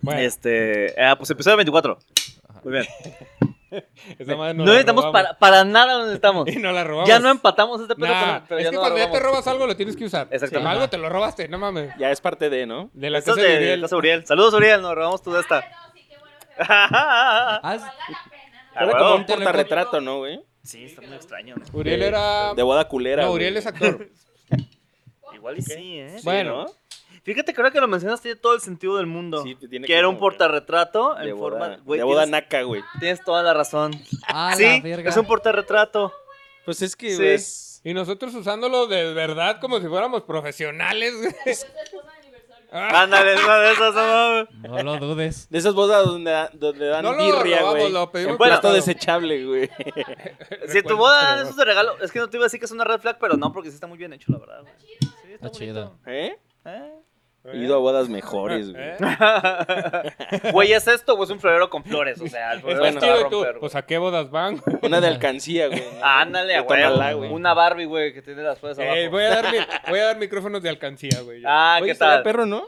Bueno. Este, ah, pues episodio 24. Ajá. Muy bien. Esa madre No nos la necesitamos robamos. para, para nada, no necesitamos. Y no la robamos. Ya no empatamos este pedo, Nah, pero- pero es ya que no la cuando ya te robamos. robas algo lo tienes que usar. Exactamente. Algo te lo robaste, no mames. Ya es parte de, ¿no? De la Esto casa es de de Uriel. Casa Uriel. Saludos, Uriel. Nos robamos toda esta. No, sí, qué bueno que Ah, valga Haz- la pena, ¿no? Era huevo. como un Te recuerdo- portarretrato, ¿no, güey? sí, está muy extraño. ¿no? Uriel De- era. De boda culera. no, güey. Uriel es actor. Igual y sí, ¿eh? Sí, Bueno. ¿no? Fíjate que ahora que lo mencionas tiene todo el sentido del mundo. Sí, pues, tiene que era un como- portarretrato De en forma... boda, Güey, de boda tienes, naca, güey. tienes toda la razón. Ah, sí, la verga. es un portarretrato. Pues es que Sí. ves- Y nosotros usándolo de verdad como si fuéramos profesionales. güey. Entonces, esposa de aniversario. Ah, Ándale, una de esas, no mames. No lo dudes. de esas bodas donde, da- donde Ah, dan No lo birria, robamos, güey. lo pedimos En eh. plato prestado. desechable, güey. Si en tu Recuerdo, boda dan pero- esos de regalo, es que no te iba a decir que es una red flag, pero no, porque sí está muy bien hecho, la verdad. güey. Sí, Está chido. ¿Eh? ¿Eh? He ido a bodas mejores, güey. ¿Eh? ¿Eh? Güey, ¿es esto o es un florero con flores? O sea, el Es florero bueno, Bueno, se va a y tú. romper, güey. Pues a qué bodas van. Una de alcancía, güey. Ándale, De a huevo. Tonalá, güey. Una Barbie, güey, que tiene las flores Eh, abajo. voy, a dar mi- voy a dar micrófonos de alcancía, güey. Ah, Oye, ¿qué estaría tal? perro, ¿no?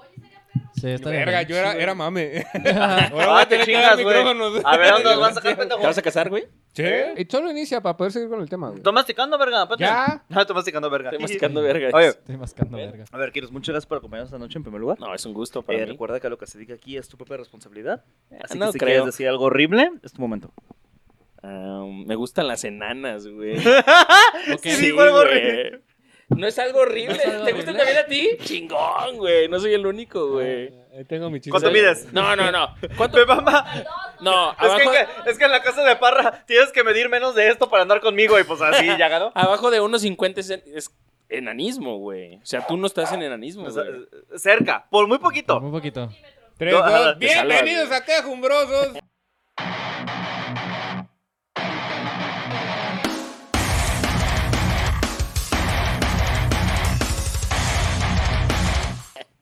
Sí, está bien. Verga, yo era, era mame. Ah, Ahora voy Ah, a te tener que dar chingas, güey. micrófonos. A ver, ¿dónde nos van a sacar, pendejo? ¿Te vas a casar, güey? ¿Sí? Y solo inicia para poder seguir con el tema, güey. Estás masticando, verga, espérate. Ya. No, estoy masticando, verga. Estoy masticando verga. Oye, Estoy mascando verga. a ver, Kiros, muchas gracias por acompañarnos esta noche en primer lugar. No, es un gusto para Eh, mí. recuerda que lo que se diga aquí es tu propia responsabilidad. Así no que si creo. quieres decir algo horrible, es tu momento. Ah, me gustan las enanas, güey. Ok. Sí, digo algo güey. horrible. No es algo horrible. ¿No es algo ¿Te gusta horrible? también a ti? Chingón, güey. No soy el único, güey. Eh, Tengo mi chiste. ¿Cuánto mides? No, no, no. Me mama. No, Es abajo, que, es que en la casa de Parra tienes que medir menos de esto para andar conmigo y pues así ya ganó. abajo de 1.50 es, es enanismo, güey. O sea, tú no estás en enanismo, O sea, güey. cerca, por muy poquito. Muy poquito. Tres, No, ajá, dos. te salvas, Bienvenidos a Quejumbrosos.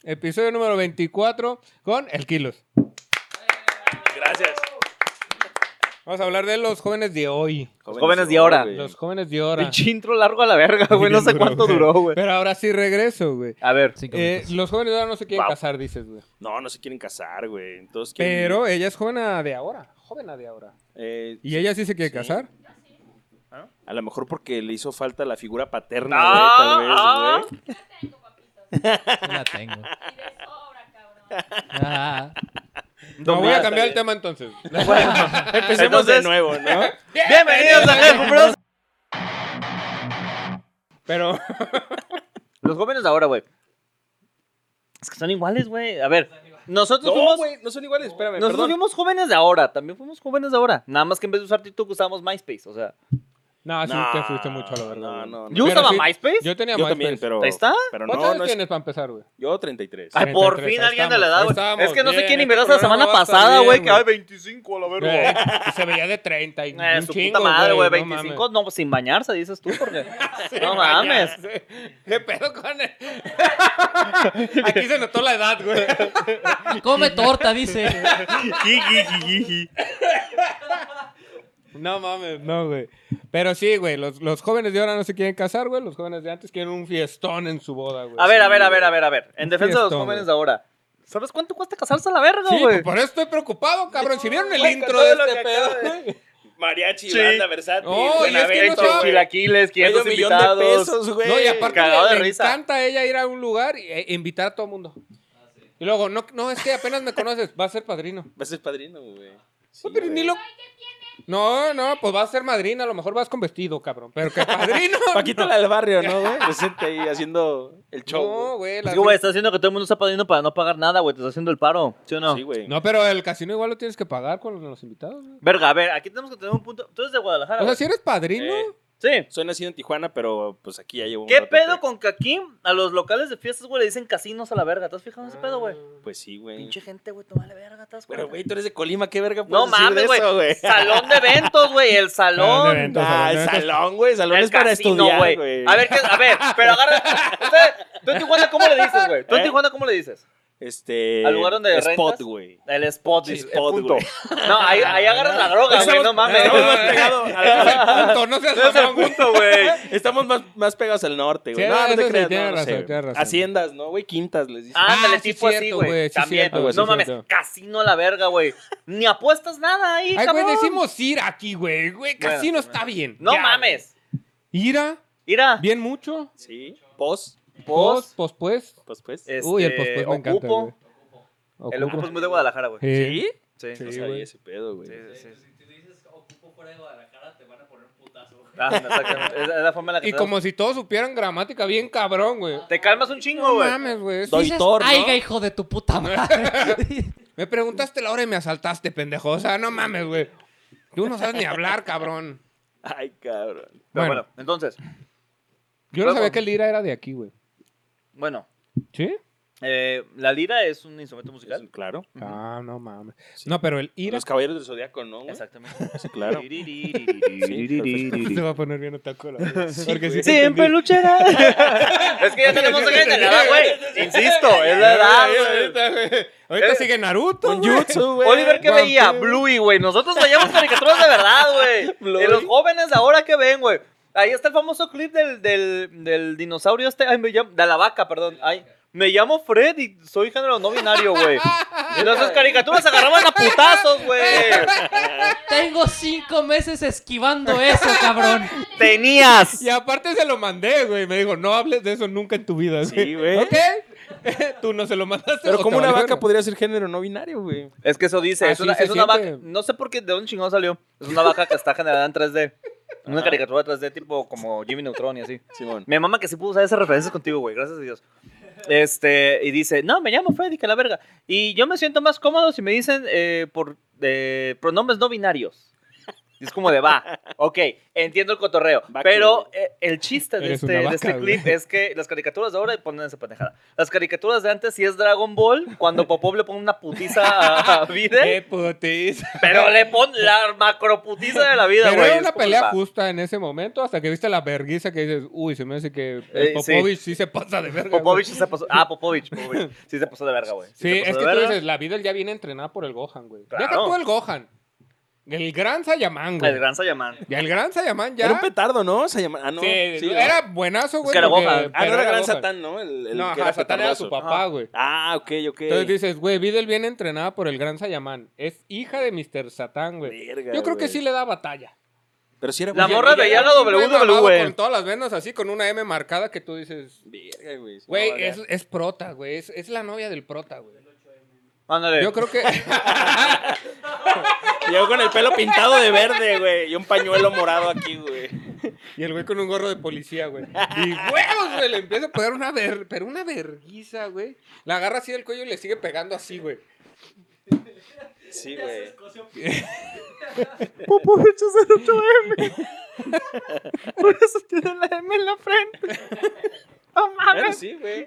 Episodio número 24 con El Kilos. Gracias. Vamos a hablar de los jóvenes de hoy. jóvenes de ahora. güey. Los jóvenes de ahora. Pinche intro largo a la verga, güey. No sé cuánto duró, güey. Pero ahora sí regreso, güey. A ver. Cinco Eh, minutos. los jóvenes de ahora no se quieren Wow. casar, dices, güey. No, no se quieren casar, güey. Entonces, ¿quién- Pero ella es joven de ahora. Joven de ahora. eh, ¿Y ella sí se quiere Sí. casar? a lo mejor porque le hizo falta la figura paterna, Ah, güey, tal vez, güey. Tengo papitos. Sí la tengo. Y de sobra, cabrón. Ah, No, voy a cambiar el Está tema entonces. Empecemos de Entonces- nuevo, ¿no? bien. Bienvenidos a Jefe Bros. Pero Los jóvenes de ahora, güey. Es que son iguales, güey. A ver, nosotros No, fuimos. güey, no son iguales, espérame, Nosotros perdón. fuimos jóvenes de ahora, también fuimos jóvenes de ahora. Nada más que en vez de usar TikTok usábamos MySpace, o sea. No, sí No, te fuiste mucho a la verdad. no, güey. no, no. ¿Yo Pero usaba sí, MySpace? Yo tenía Yo MySpace. también, pero. ¿Ahí está. Pero ¿Cuántos no, años no es. tienes para empezar, güey? Yo 33. Ay, por 33, fin ahí alguien de estamos, la edad, ahí güey. estamos, Es que no sé bien, quién este inventó la programa semana va a estar pasada, bien, güey, que güey. hay 25 a la verga. Güey, pues Se veía de 30 y Eh, un su chingo, puta madre, güey, no 25, no, pues sin bañarse, dices tú, porque no mames. ¿Qué pedo con él? Aquí se notó la edad, güey. Come torta, dice. No mames, no, güey. Pero sí, güey, los, los jóvenes de ahora no se quieren casar, güey. Los jóvenes de antes quieren un fiestón en su boda, güey. A ver, a ver, a ver, a ver, a ver. En Un defensa de los fiestón, jóvenes güey. de ahora. ¿Sabes cuánto cuesta casarse a la verga, Sí, güey? pues por eso estoy preocupado, cabrón. Si vieron el Güey, intro con todo de lo este que pedo. acaba güey. Mariachi, Sí. banda versátil. No, buena y es que no beto, sabe- güey. chilaquiles, Medio 500 millón de pesos, invitados. güey. No, y aparte cagado de le, le risa. encanta a ella ir a un lugar e e invitar a todo el mundo. Y luego, no, no, es que apenas me conoces, va a ser padrino. Vas a ser padrino, güey. Sí, No, pero ni güey. lo- No, no, pues va a ser madrina, a lo mejor vas con vestido, cabrón. Pero que padrino. Paquita la del barrio, ¿no, güey? Presente ahí haciendo el show. no, güey. Es las- que, güey, Pues estás haciendo que todo el mundo está pagando para no pagar nada, güey. Te estás haciendo el paro, ¿sí o no? Sí, güey. No, pero el casino igual lo tienes que pagar con los invitados. güey. Verga, a ver, aquí tenemos que tener un punto. Tú eres de Guadalajara. O sea, güey. si eres padrino. Eh, Sí. soy nacido en Tijuana, pero pues aquí ya llevo un ¿Qué ratote. pedo con que aquí a los locales de fiestas, güey, le dicen casinos a la verga? ¿Estás fijado en ese pedo, Ah, güey? Pues sí, güey. Pinche gente, güey, toma la verga, ¿estás Pero, güey, tú eres de Colima, ¿qué verga puedes No decir de mames, eso, güey. Salón de eventos, güey, el Salón de salón. eventos. Ah, el salón, güey. Salón El es para casino, estudiar, güey. güey. A ver, ¿qué- a ver, pero agarra. Usted, ¿Tú en Tijuana cómo le dices, güey? ¿Tú en Tijuana cómo le dices? este ¿Al lugar donde spot, rentas? güey. El spot, Sí, eh, dice, el punto. punto. No, ahí, ahí agarras la droga, güey, no mames. Estamos más pegados. al- Punto, no seas Ese es el mamón, güey. punto, güey. Estamos más, más pegados al norte, güey. Sí, no, no eso te sí, creas, tienes no, no razón, sé, güey. tienes razón. Haciendas, ¿no, güey? Quintas, les dicen. Ah, Ándale, sí, tipo así, cierto, güey. güey, sí, También, cierto, güey, no sí, mames, cierto. casino a la verga, güey. Ni apuestas nada ahí, Ay, güey, cabrón. decimos ir aquí, güey. Güey, Bueno, casino bueno. está bien. No Ya, mames. güey. Ira, Mira, bien mucho. Sí. Pos, Pos, pos, pos, pues. pues, pues. este, Uy, el pos, pues me encanta. ocupo. güey. El Ocupo. ocupo es muy de Guadalajara, güey. Sí. Sí, Pues Sí, No sabía güey. ese pedo, güey. sí, sí. Si tú dices ocupo fuera de Guadalajara, te van a poner un putazo. Ah, exactamente. Es es la forma en la que Y te- como si todos supieran gramática bien cabrón, güey. te calmas un chingo, No güey. mames, güey. Sí, Doy tor, ¿no? Aiga, hijo de tu puta madre. Me preguntaste la hora y me asaltaste, pendejo. O sea, no mames, güey. Tú no sabes ni hablar, cabrón. Ay, cabrón. Pero Bueno. bueno, entonces, Yo no Luego. sabía que el lira era de aquí, güey. bueno, ¿Sí? eh, la lira es un instrumento Es- musical. Claro. Ah, no mames. No, pero el ira. Los caballeros del zodiaco, ¿no? güey? Exactamente. Sí, claro. Se va a poner bien otaku, la verdad. Porque sí, te Siempre entendí. luchera. es que ya tenemos gente de la edad, güey. Insisto, es la edad, güey. Ahorita, güey. Ahorita Eh, sigue Naruto. Un güey. jutsu, güey. Oliver, ¿qué Vampiro. veía? Bluey, güey. Nosotros veíamos caricaturas de verdad, güey. Bluey. De los jóvenes ahora que ven, güey. Ahí está el famoso clip del, del, del dinosaurio este. Ay, me llamo, de la vaca, perdón. Ay, me llamo Fred y soy género no binario, güey. Y nuestras caricaturas se agarraban a putazos, güey. Tengo cinco meses esquivando eso, cabrón. Tenías. Y aparte se lo mandé, güey. Me dijo, no hables de eso nunca en tu vida. Sí, güey. ¿Ok? Tú no se lo mandaste. o Pero te como una valió, vaca güey? podría ser género no binario, güey. Es que eso dice. Es Así una, Ah, se es una siente. vaca. No sé por qué, de dónde chingado salió. Es una vaca que está generada en 3D. Una caricatura 3D tipo como Jimmy Neutron y así. Simón. Mi mamá que sí pudo usar esas referencias contigo, güey, gracias a Dios. Este, y dice, no, me llamo Freddy, que la verga. Y yo me siento más cómodo si me dicen eh, por eh, pronombres no binarios. Y es como de, va, ok, entiendo el cotorreo. Va pero eh, el chiste de Eres este, una de este vaca, clip güey. es que las caricaturas de ahora ponen esa pendejada. Las caricaturas de antes sí es Dragon Ball, cuando Popov le pone una putiza a, a Videl, Qué putis. pero le pone la macroputiza de la vida, Pero güey. era Es una como, pelea va. justa en ese momento hasta que viste la verguiza que dices, uy, se me hace que el Eh, sí. Popovich sí. se pasa de verga. güey". Popovich sí se pasó. Ah, Popovich, Popovich. Sí se pasó de verga, güey. Sí, se es pasó que de tú verga. dices, la vida ya viene entrenada por el Gohan, güey. Claro. Deja tú el Gohan. El gran Sayamán, güey. El gran Sayamán. Y el gran Sayamán ya. Era un petardo, ¿no? Se llama... Ah, no. Sí, Sí, ¿no? era buenazo, güey. que era porque- Gohan. pero Ah, no era gran Gohan. Satán, ¿no? El, el No, que ajá, Satán era su petardazo. papá, güey. Ah, ok, ok. Entonces dices, güey, Videl viene entrenada por el gran Sayamán. Es hija de Mr. Satán, güey. Verga, Yo creo que güey. sí le da batalla. Pero si era La güey, morra güey, veía era- la Güey, mamado WWE. Con todas las venas así, con una M marcada que tú dices, Verga, güey. Güey, No, ya. es, es prota, güey. Es, es la novia del prota, güey. Ándale. Yo creo que. Llegó con el pelo pintado de verde, güey. Y un pañuelo morado aquí, güey. y el güey con un gorro de policía, güey. Y huevos, güey. Le empieza a pegar una ver... pero una verguiza, güey. La agarra así del cuello y le sigue pegando así, güey. Sí, güey. Popovich es el 8M. Por eso tiene la M en la frente. No Bueno, sí, güey.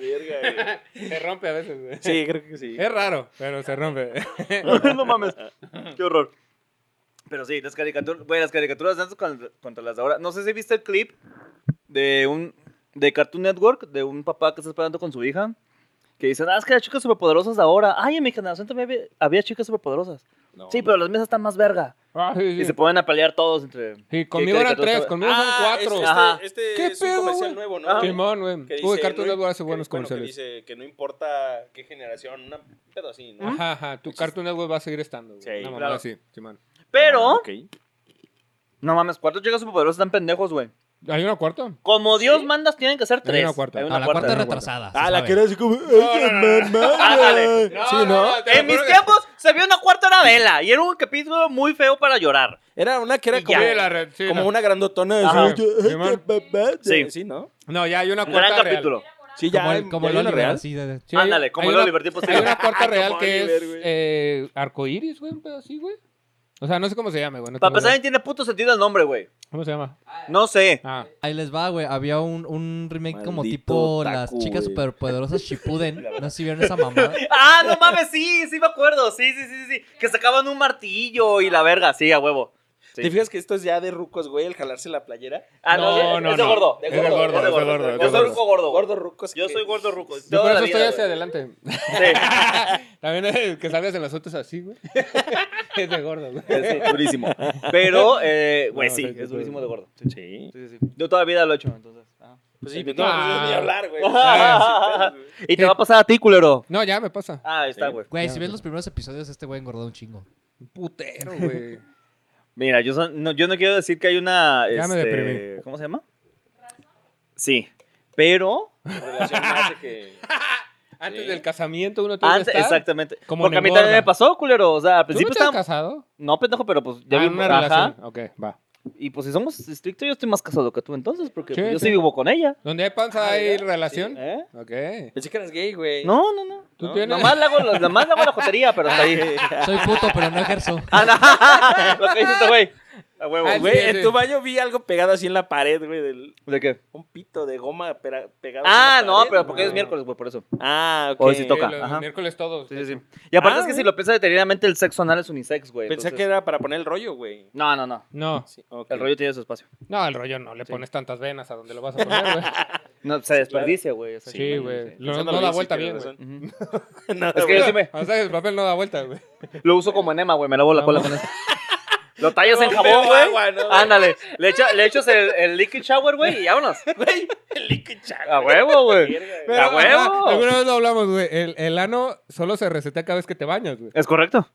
Verga, güey. Se rompe a veces, güey. Sí, creo que sí. Es raro, pero se rompe. mames. No mames. Qué horror. Pero sí, las caricaturas, güey, las caricaturas de antes con- contra las de ahora. No sé si viste el clip de un de Cartoon Network de un papá que está esperando con su hija que dicen, "Ah, es que hay chicas superpoderosas ahora. Ay, en mi generación también había, había chicas superpoderosas." No. Sí, pero las mesas están más verga. ah, sí, Y sí. se ponen a pelear todos entre. Sí, conmigo eran caricaturas tres, estaba- conmigo Ah, son es- cuatro. Este, Ajá. este ¿Qué es un pedo, güey? comercial nuevo, Ah. ¿no? Timón, güey. Que Uy, dice, Cartoon no- Network hace que- buenos bueno, que comerciales. dice que no importa qué generación, una pedo así, ¿no? Ajá, ajá. Tu Cartoon Network va a seguir estando, güey. Sí, Una mamada claro. así, Simón. Pero Ah, ok. No mames, cuatro chicas superpoderosas están pendejos, güey. ¿Hay una cuarta? Como Dios mandas, tienen que ser tres. una cuarta. Hay No, una la cuarta. cuarta no, es cuarta. retrasada. Ah, se la sabe. que era así como. Ándale. Sí, ¿no? te lo En mis juro que- tiempos se vio una cuarta era vela y era un capítulo muy feo para llorar. Era una que era Y ya. como, Sí, la red, sí, como la- una grandotona. de Ajá. su- Sí, man. Sí. sí, ¿no? No, ya hay una Un cuarta gran real. capítulo. Sí, ya. Como, ya el, como hay el una Oliver, real. así de- Sí, hay- Ándale, como hay el una- Oliver, tipo, sí. Hay una cuarta real Como que Oliver, es güey. eh, arcoíris, güey, un pedo así, güey. O sea, no sé cómo se llama, güey. no Para tengo empezar, idea. ni tiene puto sentido el nombre, güey. ¿Cómo se llama? No sé. Ah, Ahí les va, güey. Había un, un remake como Maldito tipo otaku, Las chicas güey. superpoderosas Shippuden. No sé si vieron esa mamá. Ah, no mames, sí, sí me acuerdo. Sí, sí, sí, sí. Que sacaban un martillo y la verga, sí, a huevo. Sí. ¿Te fijas que esto es ya de rucos, güey, el jalarse la playera? Ah, No, no, no, es de no. gordo. Es de gordo, es de gordo, es de Yo soy ruco gordo. Gordo gordo. rucos. Yo que- soy gordo ruco. Yo por toda la eso estoy vida, hacia güey. adelante. Sí. También eh, que salgas en las fotos así, güey. es de gordo, güey. Sí, durísimo. Pero, eh, güey, No, sí, sí, sí, es durísimo de gordo. Sí. Sí, sí, sí. Yo toda la vida lo he hecho, entonces. ah. Pues sí, pero pero no, no, pues, ni hablar, güey. Y te va a pasar a ti, culero. No, ya me pasa. Ah, ahí está, Sí. güey. Güey, si ves los primeros episodios, este güey engordó un chingo. Un Putero, güey. Mira, yo, son- no, yo no quiero decir que hay una. Ya me este, deprimí. ¿Cómo se llama? Sí. Pero. Antes Sí. del casamiento uno tiene Antes, que estar. exactamente. Como Porque a en mí también engorda. me pasó, culero. O sea, al ¿Tú no principio te has estaba. casado? No, pendejo, pero pues ya Ah, vi en una ajá. relación. Ok, va. Y pues si somos estrictos, yo estoy más casado que tú entonces, porque Sí, yo sí. sí vivo con ella. ¿Donde hay panza hay relación? Ah, ¿Eh? Ok. Pensé que eras gay, güey. No, no, no. ¿Tú No, tienes? Nomás le hago, la- nomás le hago la jotería, pero está ahí. Soy puto, pero no ejerzo. Ah, no. Lo que dice este güey. A huevo. Ah, Güey, sí, sí. en tu baño vi algo pegado así en la pared, güey, del... ¿De qué? Un pito de goma pera- pegado. Ah, en la no, pared, pero porque güey. es miércoles, güey, por eso. Ah, ok. Hoy sí toca. Sí, los Ajá. miércoles todos. Sí, sí, sí. Y aparte Ah, es que güey. si lo piensas detenidamente, el sexo anal es unisex, güey. Pensé entonces- que era para poner el rollo, güey. No, no, no. No, Sí, ok. El rollo tiene su espacio. no, el rollo no. Le pones tantas venas a donde lo vas a poner, güey. No, se desperdicia, güey. o sea, Sí, güey. No- Pensándolo no da sí vuelta tienes bien, razón. Ujú. Nada, Es que güey. yo sí me- O sea, el papel no da vuelta, güey. Lo uso como enema, güey. Me lavo la cola con eso. Lo tallas en jabón, No, pero güey. Ah. agua, no, güey. Ándale. Le, echa- le echas el, el liquid shower, güey, y vámonos. Güey, el liquid chat. A huevo, güey. Pero, ¡A huevo! ajá, Alguna vez lo hablamos, güey. El, el ano solo se resetea cada vez que te bañas, güey. Es correcto.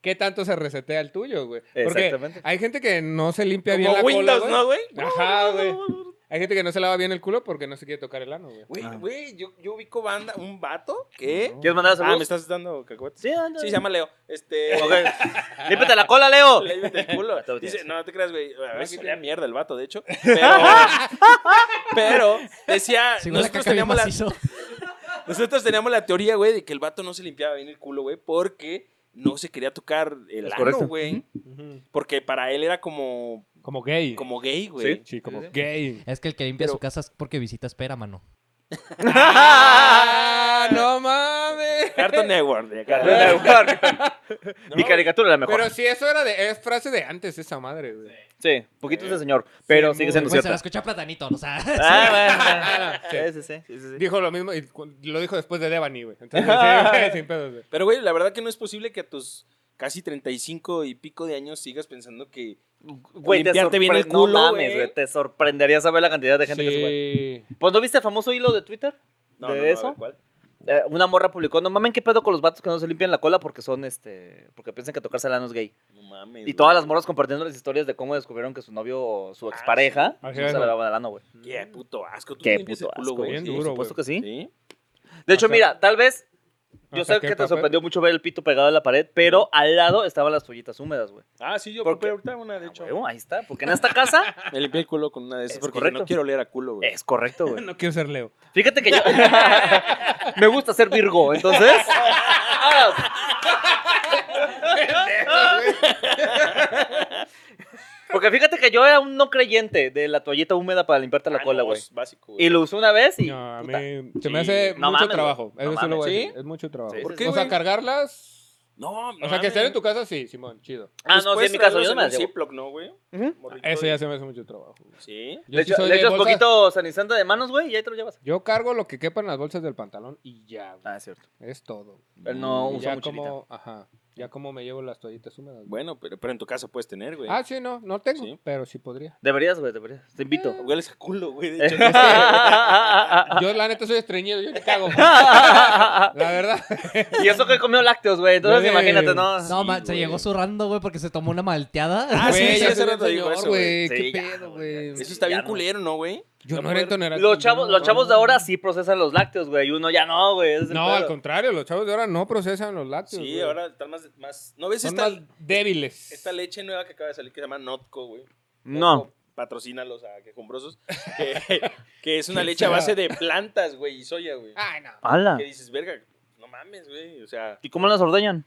¿Qué tanto se resetea el tuyo, güey? Porque Exactamente. hay gente que no se limpia bien la Como Windows, cola, ¿no, güey? Ajá, güey. Hay gente que no se lava bien el culo porque no se quiere tocar el ano, güey. Güey, güey, yo, yo ubico banda, un vato que... ¿Quieres mandar Ah, ¿me saludos? estás dando cacahuetes? Sí, ándale. Sí, se llama Leo. Este... Ok. Límpete la cola, Leo. Le iba del culo. Ya te lo Dice, tienes. no, no te creas, güey. A ver, solía mierda el vato, de hecho. Pero, pero decía, Si huele a nosotros caca bien teníamos, la, macizo. nosotros teníamos la teoría, güey, de que el vato no se limpiaba bien el culo, güey, porque no se quería tocar el Es ano, correcto. güey. Porque para él era como, Como gay. como gay, güey. Sí, como gay. Es que el que limpia Pero- su casa es porque visita espera, mano. ¡Ah! ¡No mames! Cartoon Network. de acá. Mi caricatura la mejor. Pero si eso era de. Es frase de antes, esa madre, güey. sí, poquitos de señor, pero Sí, sigue muy- siendo Güey, se cierta. la escucha platanito, o sea. Ah, Sí. bueno. Sí, sí, sí, sí, sí. Dijo lo mismo y cu- lo dijo después de Devani, güey. Entonces, sí, güey, sin pedos, güey. Pero, güey, la verdad que no es posible que a tus casi 35 y pico de años sigas pensando que... Güey, te Limpiarte bien el sorpre- culo, no mames, güey. güey. Te sorprendería saber la cantidad de gente que se fue. Sí. Pues no viste el famoso hilo de Twitter No, de no, no, a eso. ver, ¿cuál? Eh, una morra publicó, no mamen, qué pedo con los vatos que no se limpian la cola porque son este, porque piensan que tocarse el ano es gay. No mames, Y todas güey. las morras compartiendo las historias de cómo descubrieron que su novio o su expareja Ah, no sí. se le lavaban el ano, güey. Qué puto asco. ¿Tú Qué te limpias el puto culo, asco, güey? bien Sí, duro, Por supuesto que sí. ¿Sí? De hecho, O sea- mira, tal vez O Yo sea, sé que te papel- sorprendió mucho ver el pito pegado a la pared, pero al lado estaban las toallitas húmedas, güey. Ah, sí, yo ¿Por compré qué? ahorita una, de hecho. Huevo, ahí está, porque en esta casa Me limpié el culo con una de esas Es porque correcto. no quiero oler a culo, güey. es correcto, güey. No quiero ser Leo. pues. Fíjate que yo me gusta ser Virgo, entonces Porque fíjate que yo era un no creyente de la toallita húmeda para limpiarte la Ah, cola, no, güey. es básico, güey. Y lo usé una vez y No, a mí puta. se me Sí. hace No mucho mames, güey. trabajo. No Eso sí lo voy a mames. decir, ¿Sí? Es mucho trabajo. Sí, ¿Por sí, qué, o sea, güey? cargarlas. No, O sea, que estén en tu casa, sí, Simón, chido. Ah, no, sí, en mi caso yo no me las un llevo. Ziploc, ¿no, güey? Ujú. Morrito Eso y- ya se me hace mucho trabajo. güey. Sí. Yo Le sí echo- soy le de echas bolsas- poquito sanizante de manos, güey, y ahí te lo llevas. Yo cargo lo que quepa en las bolsas del pantalón y ya, güey. Ah, es cierto. Es todo. Pero no Y uso ya mochilita. como, ajá, ya como me llevo las toallitas húmedas. güey. Bueno, pero, pero en tu casa puedes tener, güey. Ah, sí, no, no tengo, Sí. pero sí podría. Deberías, güey, deberías. Te invito. Hueles a culo, güey. De hecho, y Yo la neta soy estreñido, yo ni cago. La verdad. eso que comió lácteos, güey. Entonces Güey. imagínate, no. No, man, se güey. llegó zurrando, güey, porque se tomó una malteada. Ah, sí, Güey, sí, ya hace soy un rato dijo señor, eso, güey. Sí, Qué ya, pedo, güey. güey. eso está Ya bien no. culero, ¿no, güey? Yo no poder- era intolerante. Los chavos, no, los chavos de ahora no. sí procesan los lácteos, güey. Y uno ya no, güey. ese es el No, pedo. al contrario, los chavos de ahora no procesan los lácteos. Sí, güey. ahora están más, más... ¿No ves son esta, más débiles. esta leche nueva que acaba de salir que se llama Notco, güey? No. Patrocínalos a quejumbrosos. Que, que es una ¿Quién leche a será? base de plantas, güey, y soya, güey. Ah. Ay, no. ¡Hala! Que dices, verga, no mames, güey. O sea, ¿Y cómo las ordeñan?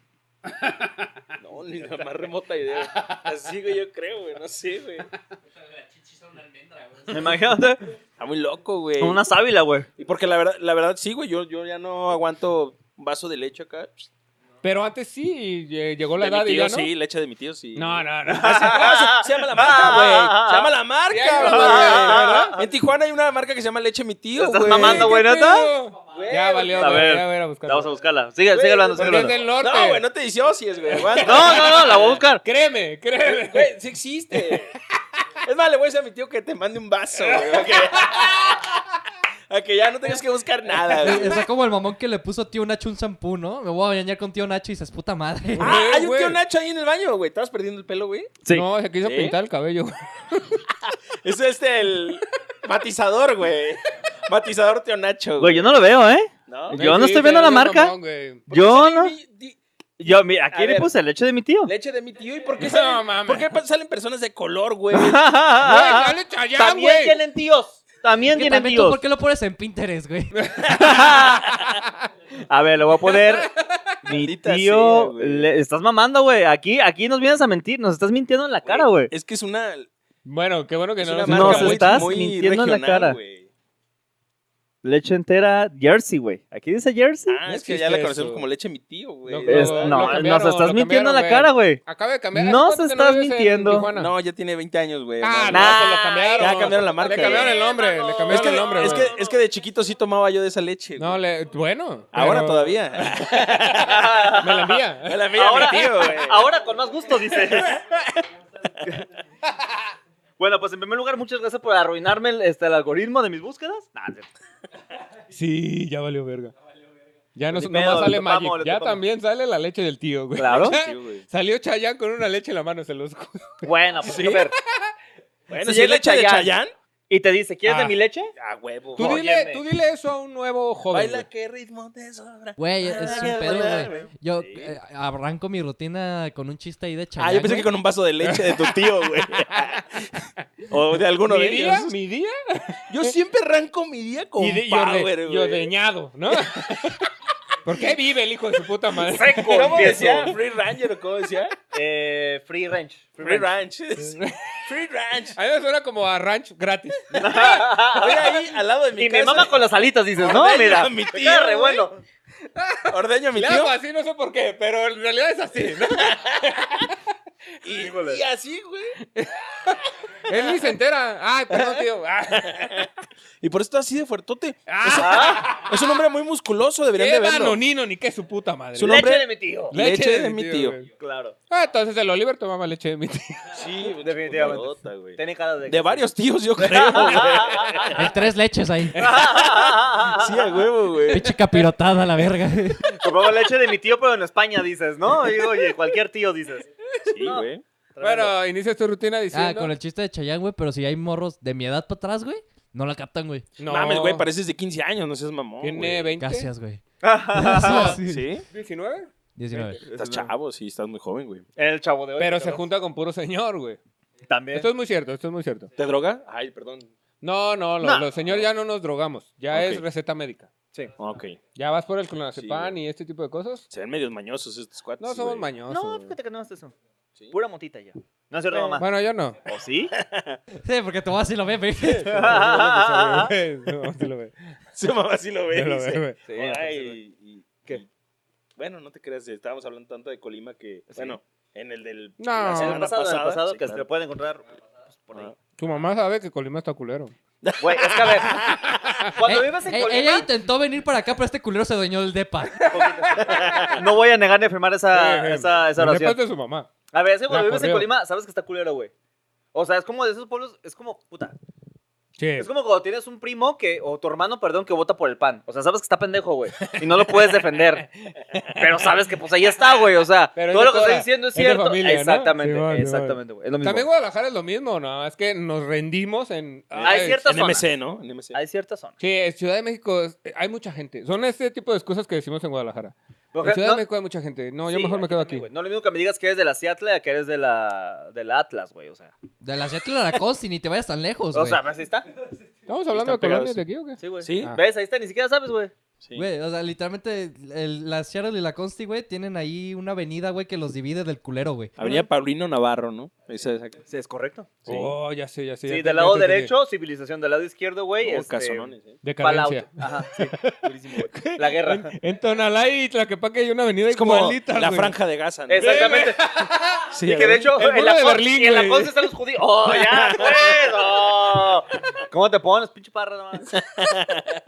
no, ni la más remota idea. Así, güey, yo creo, güey. No sé, güey. La chichi son una almendra, güey. Imagínate. Está muy loco, güey. Con una sábila, güey. Y porque la verdad, la verdad sí, güey. Yo, yo ya no aguanto un vaso de leche acá. Pero antes sí, y, eh, llegó la de mi edad y tío, ya no. sí, leche de mi tío, sí. No, no, no. Ah, sí, ah, se, se llama la marca, güey. ah. Se llama Ya, ya, la marca, ya, güey. ya, En Tijuana hay una marca que se llama Leche Mi Tío, ¿Estás güey. mamando, güey, neta? Güey, Ya valió, A güey. ver, ya voy a ir a buscarla. Vamos a buscarla. Sigue, sigue hablando, sigue Porque es hablando. del norte. No, güey, no te disocies, güey. aguanta. No, no, no, la voy a buscar. Créeme, créeme. Güey, sí existe. Es más, le voy a decir a mi tío que te mande un vaso, güey. a que- A que ya no tengas que buscar nada, güey. Está como el mamón que le puso tío Nacho un champú, ¿no? Me voy a bañar con tío Nacho y se es puta madre. Ah, hay un güey. tío Nacho ahí en el baño, güey. Estabas perdiendo el pelo, güey. Sí. No, se quiso ¿Sí? pintar el cabello. güey. Es este el matizador, güey. Matizador tío Nacho, Güey, yo no lo veo, ¿eh? ¿No? Yo no Sí, estoy viendo sí, la bien marca. mamón, güey. Yo Sale no. mi- di- Yo, mira, aquí A le ver. puse el leche de mi tío. Leche de mi tío. ¿Y por qué No salen, mames. ¿por qué pa- salen personas de color, güey? Güey, dale allá, Ah, También güey. tienen tíos. También Que tienen también tú, tíos. ¿por qué lo pones en Pinterest, güey? A ver, lo voy a poner. Mi Maldita sea, tío. güey. le- Estás mamando, güey. Aquí, aquí nos vienes a mentir. Nos estás mintiendo en la cara, güey. Es que es una. Bueno, qué bueno que Es no una nos marca Nos muy, muy... estás muy mintiendo en la regional, cara. güey. Leche entera, Jersey, güey. Aquí dice Jersey. Ah, No es que existe ya la conocemos eso. como leche de mi tío, güey. No, Es- lo- no, lo cambiaron, nos estás lo mintiendo en la cambiaron, cara, güey. Acaba de cambiar. ¿Hace No cuánto se que no estás vives en mintiendo. Tijuana? No, ya tiene 20 años, güey. Ah, no. no, Nah. pues lo cambiaron. Ya cambiaron la marca. Le cambiaron el nombre, le cambiaron Es que, el nombre, es, güey. que, es que de chiquito sí tomaba yo de esa leche. No, güey. le... bueno. Ahora pero todavía. Me la envía. La mía, Ahora- mi tío, güey. Ahora con más gusto, dices. bueno, pues en primer lugar, muchas gracias por arruinarme el, este, el algoritmo de mis búsquedas. Nah, no. Sí, ya valió verga. Ya no, Ni no pedo, más le sale topamos, Magic. le ya topamos. también sale la leche del tío, güey. Claro. Sí, güey. Salió Chayán con una leche en la mano, se los juro. Bueno, pues a ver. Bueno, Sí, si es llega leche de Chayanne. Chayán. Y te dice, ¿quieres de Ah. mi leche? A huevo. Tú dile, tú dile eso a un nuevo joven. Baila güey. qué ritmo de sobra. Güey, es Ah, un pedo, güey. Yo Sí. eh, arranco mi rutina con un chiste ahí de chaval. Ah, yo pensé que con un vaso de leche de tu tío, güey. o de alguno mi de día, ellos. mi día. Yo siempre arranco mi día con y de, y power, orde- güey. y ordeñado, ¿no? ¿Por qué vive el hijo de su puta madre? ¿Cómo empiezo. decía? Free Ranger, ¿o ¿cómo decía? Eh, free range. Free Free range. Ranch. Free Ranch. A mí me suena como a ranch gratis. Oiga, ahí al lado de mi Y casa. me mama con las alitas, dices, no, Ordeña mira. a mi tío, Está re güey. bueno. Ordeño a mi Le tío. hago así, no sé por qué, pero en realidad es así, ¿no? Y, y así, güey. Él ni se entera. Ay, perdón, tío. Ah, Y por esto así de fuertote. ah, Es un hombre muy musculoso, deberían qué de verlo. danonino, ni qué su puta madre. Su Leche nombre- de mi tío. Leche de mi tío. güey. Claro. Ah, entonces el Oliver tomaba leche de mi tío. Sí, definitivamente. Puta, güey. Tiene cara de... De varios tíos, yo creo. güey. Hay tres leches ahí. Sí, a huevo, güey. Pinche capirotada, la verga. Compramos leche de mi tío, pero en España, dices, ¿no? Y, oye, cualquier tío, dices. Sí, No. güey. Bueno, inicias tu rutina Ah, diciendo. con el chiste de Chayanne, güey, pero si hay morros de mi edad para atrás, güey, no la captan, güey. No, Mames, güey, pareces de 15 años, no seas mamón. Tiene güey. 20. Gracias, güey. ¿Sí? 19. 19. Estás chavo, sí, estás muy joven, güey. El chavo de hoy. Pero se junta con puro señor, güey. También. Esto es muy cierto, esto es muy cierto. ¿Te droga? Ay, perdón. No, no, los, No. los señores ya no nos drogamos. Ya Ok. es receta médica. Ok. Ya vas por el clonazepam Sí, y este tipo de cosas. Se ven medios mañosos estos cuates. No somos güey. mañosos. No, güey. fíjate que no es eso. Sí. Pura motita ya. No es cierto, mamá. Bueno, yo no. ¿O sí? Sí, porque te voy a decir lo meme. No, sí lo ve. Su mamá sí lo ve. Sí lo dice. ve, güey. Sí, Ay, sí, güey. y- y- y- bueno, no te creas, estábamos hablando tanto de Colima que. Bueno, en el del. No. la En semana el pasado, en el pasada, pasado, sí, que se claro. lo pueden encontrar pues, por ahí. Tu mamá sabe que Colima está culero. Güey, es que a ver. Cuando Eh, vives en eh, Colima, Ella intentó venir para acá, pero este culero se dueñó el depa. no voy a negar ni a firmar Ah, esa, Eh, eh, esa, esa Depende oración. de su mamá. A ver, es que cuando La vives en corrió. Colima, sabes que está culero, güey. O sea, es como de esos pueblos, es como, puta. Sí. Es como cuando tienes un primo que, o tu hermano, perdón, que vota por el pan. O sea, sabes que está pendejo, güey. Y no lo puedes defender. Pero sabes que, pues ahí está, güey. O sea, Pero es todo de lo que toda- estoy diciendo es es de cierto. familia, ¿no? exactamente, Sí, bueno, sí, bueno. exactamente, güey. Es lo mismo. También Guadalajara es lo mismo, ¿no? Es que nos rendimos en... Hay Ay, ciertas Ah, En zonas. MC, ¿no? En MC. Hay ciertas zonas. Sí, en Ciudad de México es- hay mucha gente. Son este tipo de excusas que decimos en Guadalajara. Por en ejemplo, Ciudad no- de México hay mucha gente. No, yo sí, mejor me quedo también, aquí. güey. No lo mismo que me digas que eres de la Seattle a que eres de la, de la Atlas, güey. O sea, Pues, De la Seattle a la costa y ni te vayas tan lejos, o güey. sea, ¿ves? ahí está. ¿Estamos hablando de Están pegados, colonias de aquí o qué? Sí, güey. Sí. ¿Ves? Ahí está, ni siquiera sabes, güey. Sí. Güey, o sea, literalmente el- la Seattle y la Consti, güey, tienen ahí una avenida, güey, que los divide del culero, güey. Avenida Paulino Navarro, ¿no? Esa es Sí, es correcto. Sí. Oh, ya sé, ya sé. Sí, ya te- del ya lado te entendí. derecho, civilización. Del lado izquierdo, güey, Oh, este, casonones, ¿eh? Fallout. Decadencia. Ajá, sí. Durísimo, güey. La guerra. En Tonalá y Tlaquepaque hay una avenida Es como igualita, la güey. franja de Gaza, ¿no? Exactamente. Sí, Y que de ¿verdad? hecho, El muro en la, de con- Berlín, y en la güey. Conce están los judíos. ¡Oh, ya, pues! ¡Oh! ¿Cómo te pones, pinche parra? No más?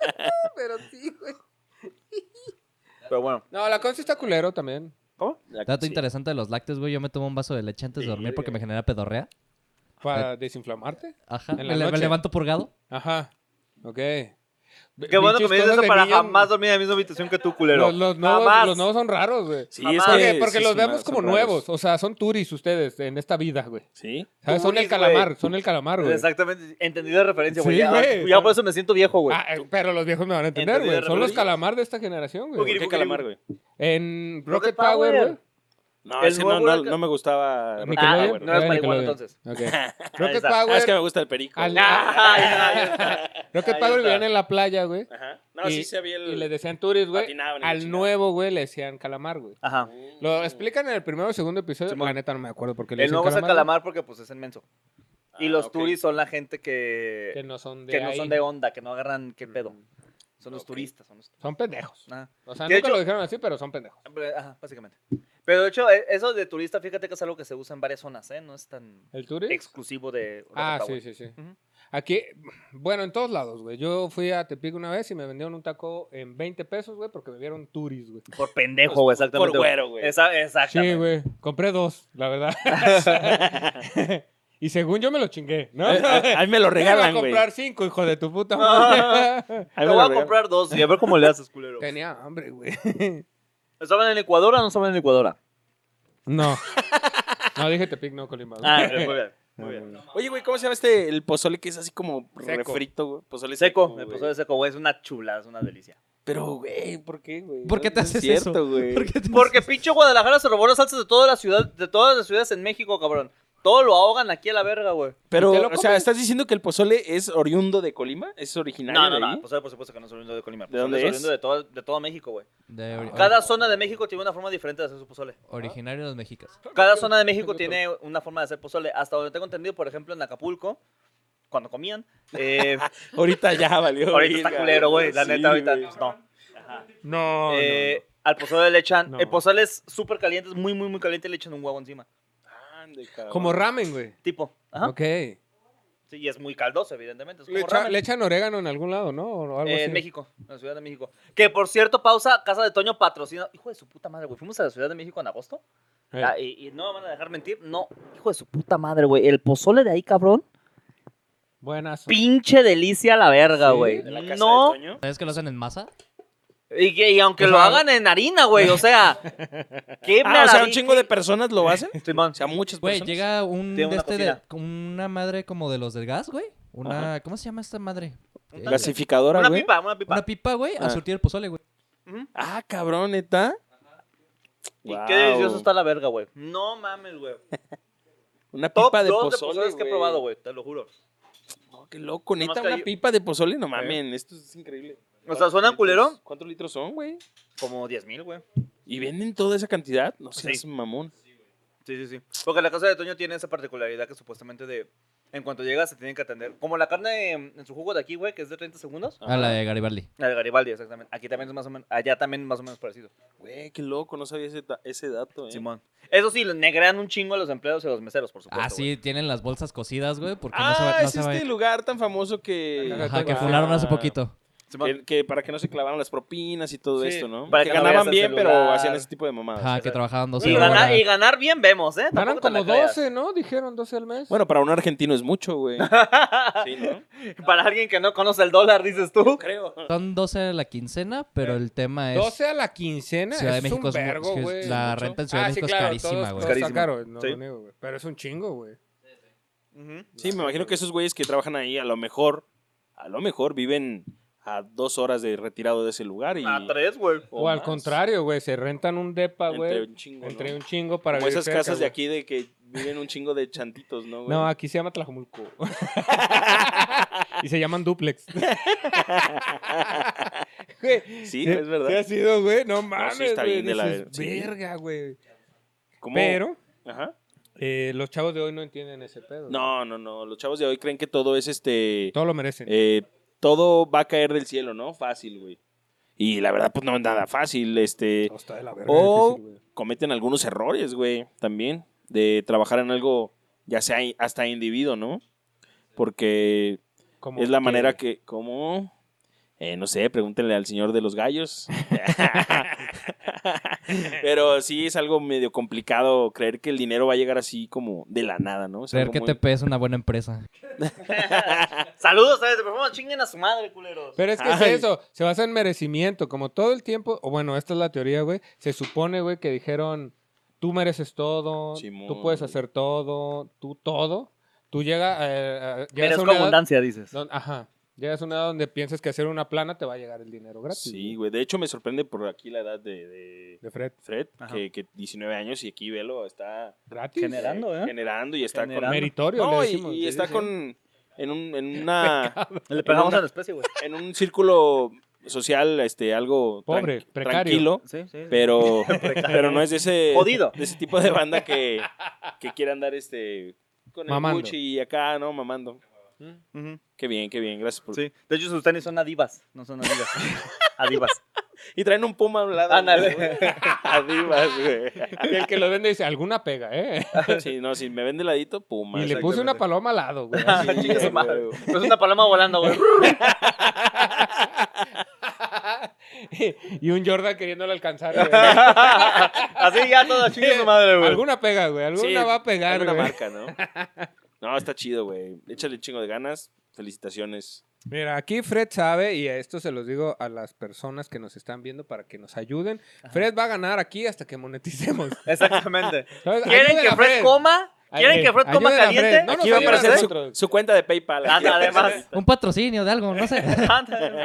Pero sí, güey. Pero bueno. No, la Consti está culero también. ¿Cómo? Dato Sí. interesante de los lácteos, güey. Yo me tomo un vaso de leche antes de dormir porque me genera pedorrea. Eh. ¿Para desinflamarte? Ajá. En la Me, le- me noche. levanto purgado. Ajá. Ok. Qué bueno que me dices eso para jamás dormir en la misma habitación que tú, culero. Los, los nuevos, Jamás. los nuevos son raros, güey. Sí, Jamás. es Porque, que porque sí, los son vemos raros, como son raros. nuevos. O sea, son turis ustedes en esta vida, güey. Sí. ¿Sabes? Son el Turis, güey. calamar, son el calamar, güey. Exactamente. Entendí la referencia, güey. Sí, ya, güey. ya por eso me siento viejo, güey. Ah, eh, pero los viejos me van a entender, Entendí la güey. Son los referencia. calamar de esta generación, Ugiri, güey. ¿Qué ugiri, calamar, güey? En Rocket Rocket Power, Power. güey. No, El es que no, nuevo no- alca- no me gustaba. Ah, Nickelodeon. bueno, no es Era para igual, Nickelodeon. entonces. Ok. Rocket está. Power. Ah, es que me gusta el perico. al- Ah, ya, ya. Rocket Ahí Power está. vivían en la playa, güey. Ajá. No, y, sí se había el. y le decían turis, güey. patinaban y la Al chingada. nuevo, güey, le decían calamar, güey. Ajá. Mm. Lo explican en el primero o segundo episodio. la neta no me acuerdo porque le Mm. El dicen nuevo es el güey, calamar porque pues es inmenso. Y Ah, los ok. turis son la gente que, Que no son de que no son ahí. de onda, que no agarran qué pedo. Son los turistas. Son los... Son pendejos. Ajá. O sea, nunca Que de hecho- lo dijeron así, pero son pendejos. Pero, Ajá, básicamente. Pero de hecho, e- eso de turista, fíjate que es algo que se usa en varias zonas, ¿eh? No es tan ¿El turis? exclusivo de... ah, sí, Rocket Power. sí, sí. Ujú. Aquí, bueno, en todos lados, güey. Yo fui a Tepic una vez y me vendieron un taco en 20 pesos, güey, porque me vieron turis, güey. Por pendejo, güey, exactamente. Pues, Por güero, güey. Esa- exactamente. Sí, güey. Compré dos, la verdad. y según yo me lo chingué, ¿no? Eh, A, a- a mí me lo regalan, Yo güey. Ah. iba a comprar cinco, hijo de tu puta madre. A Te mí voy me lo a regalan. comprar dos y a ver cómo le haces, culero. Tenía hambre, güey. ¿Estaban en Ecuador o no estaban en Ecuador? Ah, No. No, dije Tepic, no, Colima. güey. Ah, muy bien. Muy bien. Oye, güey, ¿cómo se llama este? El pozole que es así como refrito, güey. Pozole Seco, el güey. pozole seco, güey, es una chula, es una delicia. Pero, güey, ¿por qué, güey? ¿Por qué te No es haces cierto, eso? güey. ¿Por qué te Porque pinche Guadalajara se robó las salsas de toda la ciudad, de todas las ciudades en México, cabrón. Todo lo ahogan aquí a la verga, güey. Pero, ¿Te lo o sea, ¿estás diciendo que el pozole es oriundo de Colima? ¿Es originario No, no, de ahí? no, pues por supuesto que no es oriundo de Colima. pues, ¿De dónde es? es? oriundo de todo, de todo México, güey. De ori- Cada ori- zona de México tiene una forma diferente de hacer su pozole. originario de los mexicas. Cada zona de México tiene una forma de hacer pozole. Hasta donde tengo entendido, por ejemplo, en Acapulco, cuando comían, eh, Ahorita ya valió. ahorita está verga, culero, güey. La Sí, neta, ahorita güey. pues, no. No, no, Eh, Al pozole le echan. No. El pozole es súper caliente, es muy, muy, muy caliente y le echan un huevo encima. Ande, cabrón. no. Como ramen, güey. Tipo. ¿Ah? Ajá. Ok. Le, Sí, y es muy caldoso, evidentemente. Es como echa- ramen. le echan orégano en algún lado, ¿no? O algo Eh, así. en México, en la Ciudad de México. Que por cierto, pausa, Casa de Toño patrocina. Hijo de su puta madre, güey. Fuimos a la Ciudad de México en agosto. Eh. Ah, y, y no me van a dejar mentir. No, hijo de su puta madre, güey. El pozole de ahí, cabrón. Buenas. Pinche delicia a la verga, ¿Sí? güey. ¿De la casa No. de Toño? ¿Sabes que lo hacen en masa? Y, que- y aunque O lo sea- hagan en harina, güey. O sea. qué Ah, o sea, un maravilla- chingo de personas lo hacen. Simón. O sea, muchas Güey, personas. llega un Tiene de una este de, cocina. como una madre como de los del gas, güey. Una, ¿cómo se llama esta madre? Eh, Gasificadora, Una güey. pipa, una pipa. Una pipa, güey, a Ah. surtir el pozole, güey. Ah, cabrón, neta. Y Guau. qué delicioso está la verga, güey. No mames, güey. Una Top pipa de dos pozole. de pozoles que he güey. probado, güey. Te lo juro. No, qué loco, neta, Nomás que una hay- pipa de pozole, no mamen, esto es increíble. O sea, ¿suena ¿Cuántos culero? litros- ¿Cuántos litros son, güey? Como 10 mil, güey. ¿Y venden toda esa cantidad? No seas Sí. mamón. Sí, sí, sí. Porque la casa de Toño tiene esa particularidad que supuestamente de. En cuanto llegas se tienen que atender. Como la carne en, en su jugo de aquí, güey, que es de 30 segundos. A la de Garibaldi. La de Garibaldi, exactamente. Aquí también es más o menos. Allá también más o menos parecido. Güey, qué loco, no sabía ese, da- ese dato, eh. Simón. Eso sí, les negrean un chingo a los empleados y a los meseros, por supuesto. Ah, sí, tienen las bolsas cocidas, güey, porque no se ah, va, no es se va- este lugar tan famoso que... Ajá, que Ah. funaron hace poquito. güey. Que, Simón. que para que no se clavaran las propinas y todo Sí, esto, ¿no? para que, que no ganaban veas el bien, pero celular. hacían ese tipo de mamadas. Ajá, que trabajaban dos Y, horas. ganar, y ganar bien vemos, ¿eh? Ganan Tampoco te la como creas. 12, ¿no? Dijeron 12 al mes. Bueno, para un argentino es mucho, güey. sí, ¿no? Para alguien que no conoce el dólar, dices tú. Creo. Son 12 a la quincena, pero el pues, tema es... 12 a la quincena. Ciudad de eso México es es un mu- vergo, sí, es- güey. la mucho. renta en Ciudad de Ah, sí, México es claro, carísima, todos- güey. todos Carísima. está caro, no Sí. lo niego, güey. Pero es un chingo, güey. Ujú. Sí, me imagino que esos güeyes que trabajan ahí, a lo mejor, a lo mejor viven a dos horas de retirado de ese lugar y... A tres, güey. O al más. contrario, güey. Se rentan un depa, Entre güey. un chingo, Entre ¿no? un chingo para Como vivir esas cerca, casas de güey. aquí de que viven un chingo de chantitos, ¿no, güey? No, aquí se llama Tlajomulco. y se llaman duplex. güey. Sí, es verdad. ¿Qué ha sido, güey? No mames, está güey. bien de la- Dices, sí. verga, güey. ¿Cómo? Pero Ajá. eh, los chavos de hoy no entienden ese pedo. No, no, no. Los chavos de hoy creen que todo es este. Todo lo merecen. eh, todo va a caer del cielo, ¿no? Fácil, güey. Y la verdad, pues no es nada fácil. Este. No, está de la verga, O difícil, güey. cometen algunos errores, güey, también, de trabajar en algo, ya sea in- hasta individuo, ¿no? Porque Como es la manera que, como, eh, no sé, pregúntenle al señor de los gallos. Pero sí es algo medio complicado creer que el dinero va a llegar así como de la nada, ¿no? Es Creer algo que muy- TP es una buena empresa. Saludos, eh, ¿sabes? Por favor, chinguen a su madre, culeros. Pero es que Ay. es eso, se basa en merecimiento, como todo el tiempo, o bueno, esta es la teoría, güey, se supone, güey, que dijeron, tú mereces todo, Simón. tú puedes hacer todo, tú todo, tú llegas a... llegas a Merezco una edad abundancia, dices. don- ajá, llegas a una edad donde piensas que hacer una plana te va a llegar el dinero gratis. Sí, güey. De hecho, me sorprende por aquí la edad de, de De Fred, Fred, Ajá. que, que 19 años y aquí Velo está gratis. Genera- Generando, ¿Ah? ¿eh? generando y está con... Generando. Meritorio, No, le y- decimos, y, sí, está sí. con. En un, en, una, Le pegamos una- a la especie, güey. en un círculo social este, algo tran- Pobre, precario. tranquilo, Sí, sí. pero, pero no es de ese, Jodido. de ese tipo de banda que, que quiere andar este, con Mamando. el Gucci y acá, ¿no? Mamando. ¿eh? Ujú, Qué bien, qué bien, gracias por... sí. De hecho, sus tenis son adivas, no son adidas. adivas. Y traen un puma a un lado. Ándale. güey. Adivas, Y el que lo vende dice, alguna pega, ¿eh? güey. Sí, no, si me ven de ladito, puma. Y le puse una paloma al lado, güey. Sí, así, Ah, Chingue su güey. madre. Es una paloma volando, güey. y un Jordan queriéndole alcanzar. güey. Así ya todo, chingue su madre, güey. Alguna pega, güey. Alguna Sí, va a pegar, alguna güey. marca, ¿no? No, está chido, güey. Échale un chingo de ganas. Felicitaciones. Mira, aquí Fred sabe, y esto se los digo a las personas que nos están viendo para que nos ayuden. Fred va a ganar aquí hasta que moneticemos. Exactamente. ¿Sabes? ¿Quieren Ayuden que a Fred coma? ¿Quieren Ayuden- que Fred coma ayuden a Fred. caliente? No nos Aquí va a ayuden a aparecer su, nosotros. su cuenta de PayPal. Ah, aquí va a aparecer. Además. Un patrocinio de algo, no sé.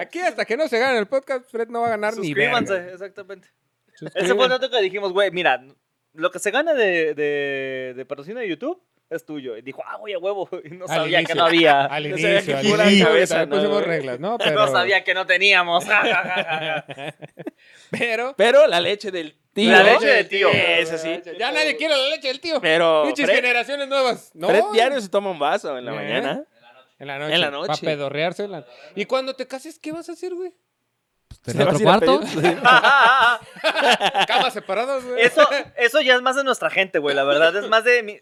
Aquí hasta que no se gane el podcast, Fred no va a ganar ni verga. Suscríbanse, exactamente. Ese fue el Suscríbanse. dato que dijimos, güey, mira, lo que se gana de, de, de patrocinio de YouTube es tuyo. Y dijo, ah, güey, a huevo. Y no Al sabía que inicio. no había. Al No inicio, sabía al que inicio. fuera de cabeza, También ¿no? pusimos reglas, ¿no? Pero, No sabía que no teníamos. pero Pero la leche del tío. La leche del tío. Es así. ya nadie quiere la leche del tío. Pero Pinches Fred, generaciones nuevas. No, Fred diario se toma un vaso en la ¿Eh? mañana. En la noche. En la noche. Para pedorrearse. en la- ¿Y cuando te cases, qué vas a hacer, güey? ¿Te ¿Tener vas Pues, otro a ir a cuarto? pedir? Camas separadas, güey. Eso, eso ya es más de nuestra gente, güey, la verdad. Es más de mi...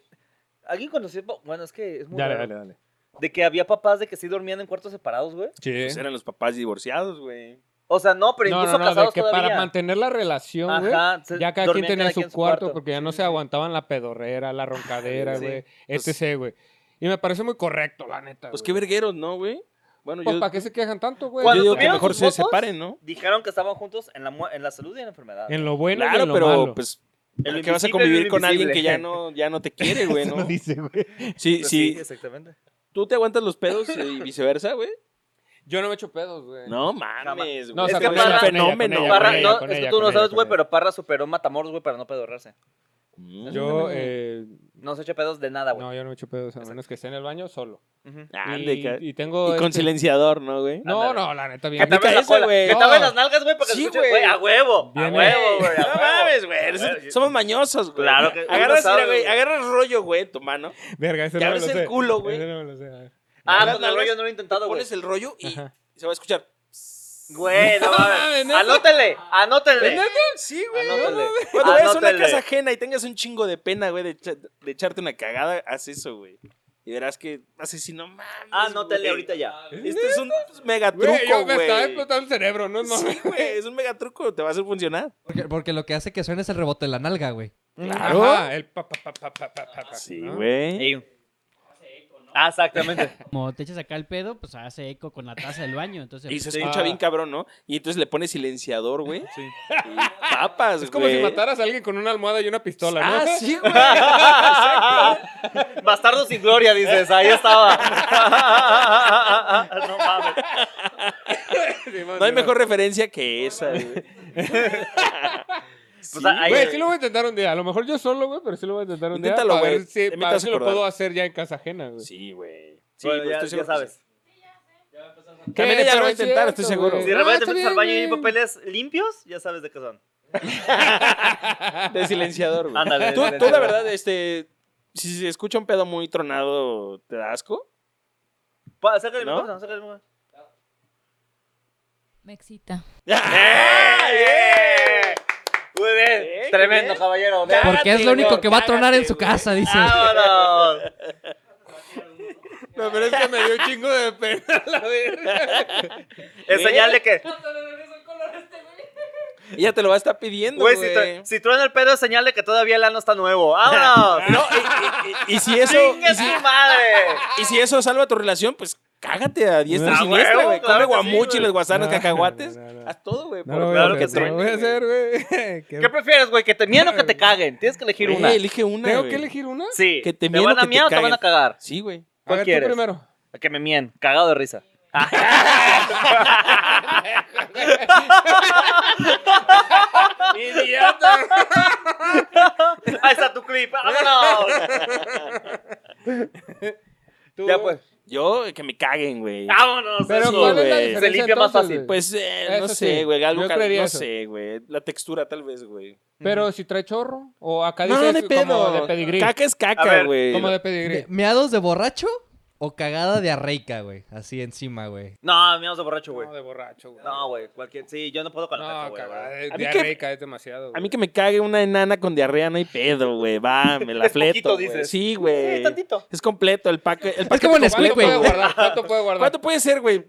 ¿Alguien conoció? Bueno, es que es muy Dale, raro. dale, dale. De que había papás de que sí dormían en cuartos separados, güey. Sí. Pues eran los papás divorciados, güey. O sea, no, pero No, no, incluso no, de casados que todavía. para mantener la relación, güey. Ajá, se- Ya cada quien dormían tenía cada su quien cuarto, porque ya no se aguantaban la pedorrera, la roncadera, Sí. güey. Pues- etc, güey. Y me parece muy correcto, la neta. Pues qué güey. vergueros, ¿no, güey? Bueno, Pues, yo, ¿Para qué se quejan tanto, güey? yo Cuando digo que tuvieron mejor sus se votos, separen, ¿no? Dijeron que estaban juntos en la, mu- en la salud y en la enfermedad. En lo bueno y Claro, en lo pero malo. pues. En lo ¿Qué vas invisible a y lo convivir con alguien invisible. que ya no, ya no te quiere, güey, Eso no? dice, güey. Sí, Pues sí. exactamente. ¿Tú te aguantas los pedos y viceversa, güey? Yo no me echo pedos, güey. No mames, güey. No, o es sea, que con es un ella, con ella, con fenómeno. ella, güey. Parra, ella, no, con es que ella, tú con no ella, sabes, con güey, ella. pero Parra superó Matamoros, güey, para no pedorrarse. Mm. Yo, eh, No se echa pedos de nada, güey. no, yo no me echo pedos, a menos que esté en el baño solo. Ujú. Ah, Ande, y, Ah, ca- y tengo... y con este- silenciador, ¿no, güey? No, Ándale. no, la neta, bien. Que te Aplica abren la esa, cola, güey. Que te No. abren las nalgas, güey, para que Sí, se escuche, güey. güey, a huevo. A Viene- huevo, güey. No mames, güey. eres- Güey, Somos mañosos, güey. Claro que- Agarras, uno mira, sabe, güey, güey. agarras rollo, güey, en tu mano. Verga, ese Te no me abres lo el sé. culo, güey. Ese no me lo sé, a ver. Ah, con Las el nalgas, rollo no lo he intentado, güey. Pones el rollo y Ajá. se va a escuchar. Güey, no mames. mames, ¿neta? Anótele, anótele. Sí, Anótale. Cuando vayas a una Anótale. casa ajena y tengas un chingo de pena, güey, de, echa- de echarte una cagada, haz eso, güey. Y verás que haces así, no mames. Anótele güey. Ah, ahorita ya. Este es un mega truco, Güey, yo me estaba güey. explotando el cerebro, no es Sí, güey, es un mega truco, te va a hacer funcionar. Porque, porque lo que hace que suene es el rebote de la nalga, güey. Claro. Ajá, el pa, pa, pa, pa, pa, pa, pa, ¿no? Ah, güey. Ah, exactamente. Como te echas acá el pedo, pues hace eco con la taza del baño. Entonces, Y se Sí. escucha Ah. bien cabrón, ¿no? Y entonces le pones silenciador, güey. Y papas, güey. Es como si mataras a alguien con una almohada y una pistola, ¿no? Ah, sí, güey. Bastardo sin gloria, dices. Ahí estaba. no mames. Simón, No hay Simón. mejor referencia que esa, güey. Pues ahí- Güey, sí lo voy a intentar un día. A lo mejor yo solo, güey, pero sí lo voy a intentar un Inténtalo, día. para güey. ver si- Te para ver metas si a lo acordar. puedo hacer ya en casa ajena, güey. Sí, güey. Sí, Bueno, pero ya, estoy ya seguro que sabes. sí. Ya va a empezar a También ella lo va a intentar, estoy seguro. Si de repente te metes al baño y hay papeles limpios, ya sabes de qué son. De silenciador, güey. Ándale. Tú, ándale, tú, la ándale. verdad, este. Si se escucha un pedo muy tronado, ¿te da asco? Pa, sácale mi ¿No? cosa, sácale mi cosa. Me excita. ¡Ah, ¡Eh! Muy ¡Eh, bien. Tremendo, caballero. Porque es lo único que va a tronar en su casa, dice. Ah, ¡Vámonos! No, pero es que me dio un chingo de pena la verga. Es señal de que. No te le regreso el color a este güey. Ella te lo va a estar pidiendo, Güey, güey. si, tru- si truena el pedo, es señal de que todavía el ano está nuevo. ¡Vámonos! No, y, y- y- y si eso. ¡Chingue Y si, su madre! y si eso salva tu relación, pues cágate a diestra y Ah, siniestra, huevo, güey. claro que sí, Come güey. guamuchiles, guasanas, No, cacahuates. no, no, no. Haz todo, güey. No lo voy a Claro que hacer, no lo voy a hacer, güey. ¿Qué- ¿Qué prefieres, güey? ¿Que te mien o que te caguen? Tienes que elegir Güey, una. elige una. ¿Tengo güey. que elegir una? Sí. que te, te mien o van a que te mien o te van a caguen. cagar? Sí, güey. A ¿Cuál ver, quieres? tú primero. A que me mien. Cagado de risa. Ah. ¡Idiota! Ahí está tu clip. ¡Vámonos! Ya pues. Ah, Yo, que me caguen, güey. ¡Vámonos! Pero eso. Sí, ¿cuál es la güey. diferencia Se limpia más entonces, fácil. güey? Pues, eh, no Eso sé, sí, güey. Algo yo cal- creería No eso. sé, güey. La textura, tal vez, güey. Pero si trae chorro o acá No, dice no, de como de pedo. pedigrí. Caca es A caca, ver, güey. Como de pedigrí. Me- ¿Meados de borracho o cagada de arreica, güey? Así encima, güey. No, miedo de borracho, güey. No, de borracho, güey. No, güey. Cualquier... Sí, yo no puedo con la caca, No, güey. la cagada. verdad. de- A mí que- Diarreica es demasiado. A mí que me cague una enana con diarrea no hay pedo, güey. Va, me la Es poquito, fleto, güey. dices. Sí, güey. Sí, tantito. Es completo el paque. El Es paquete como completo, Nesquik, ¿Cuánto puede güey. guardar? ¿Cuánto puede guardar? ¿Cuánto puede ser, güey?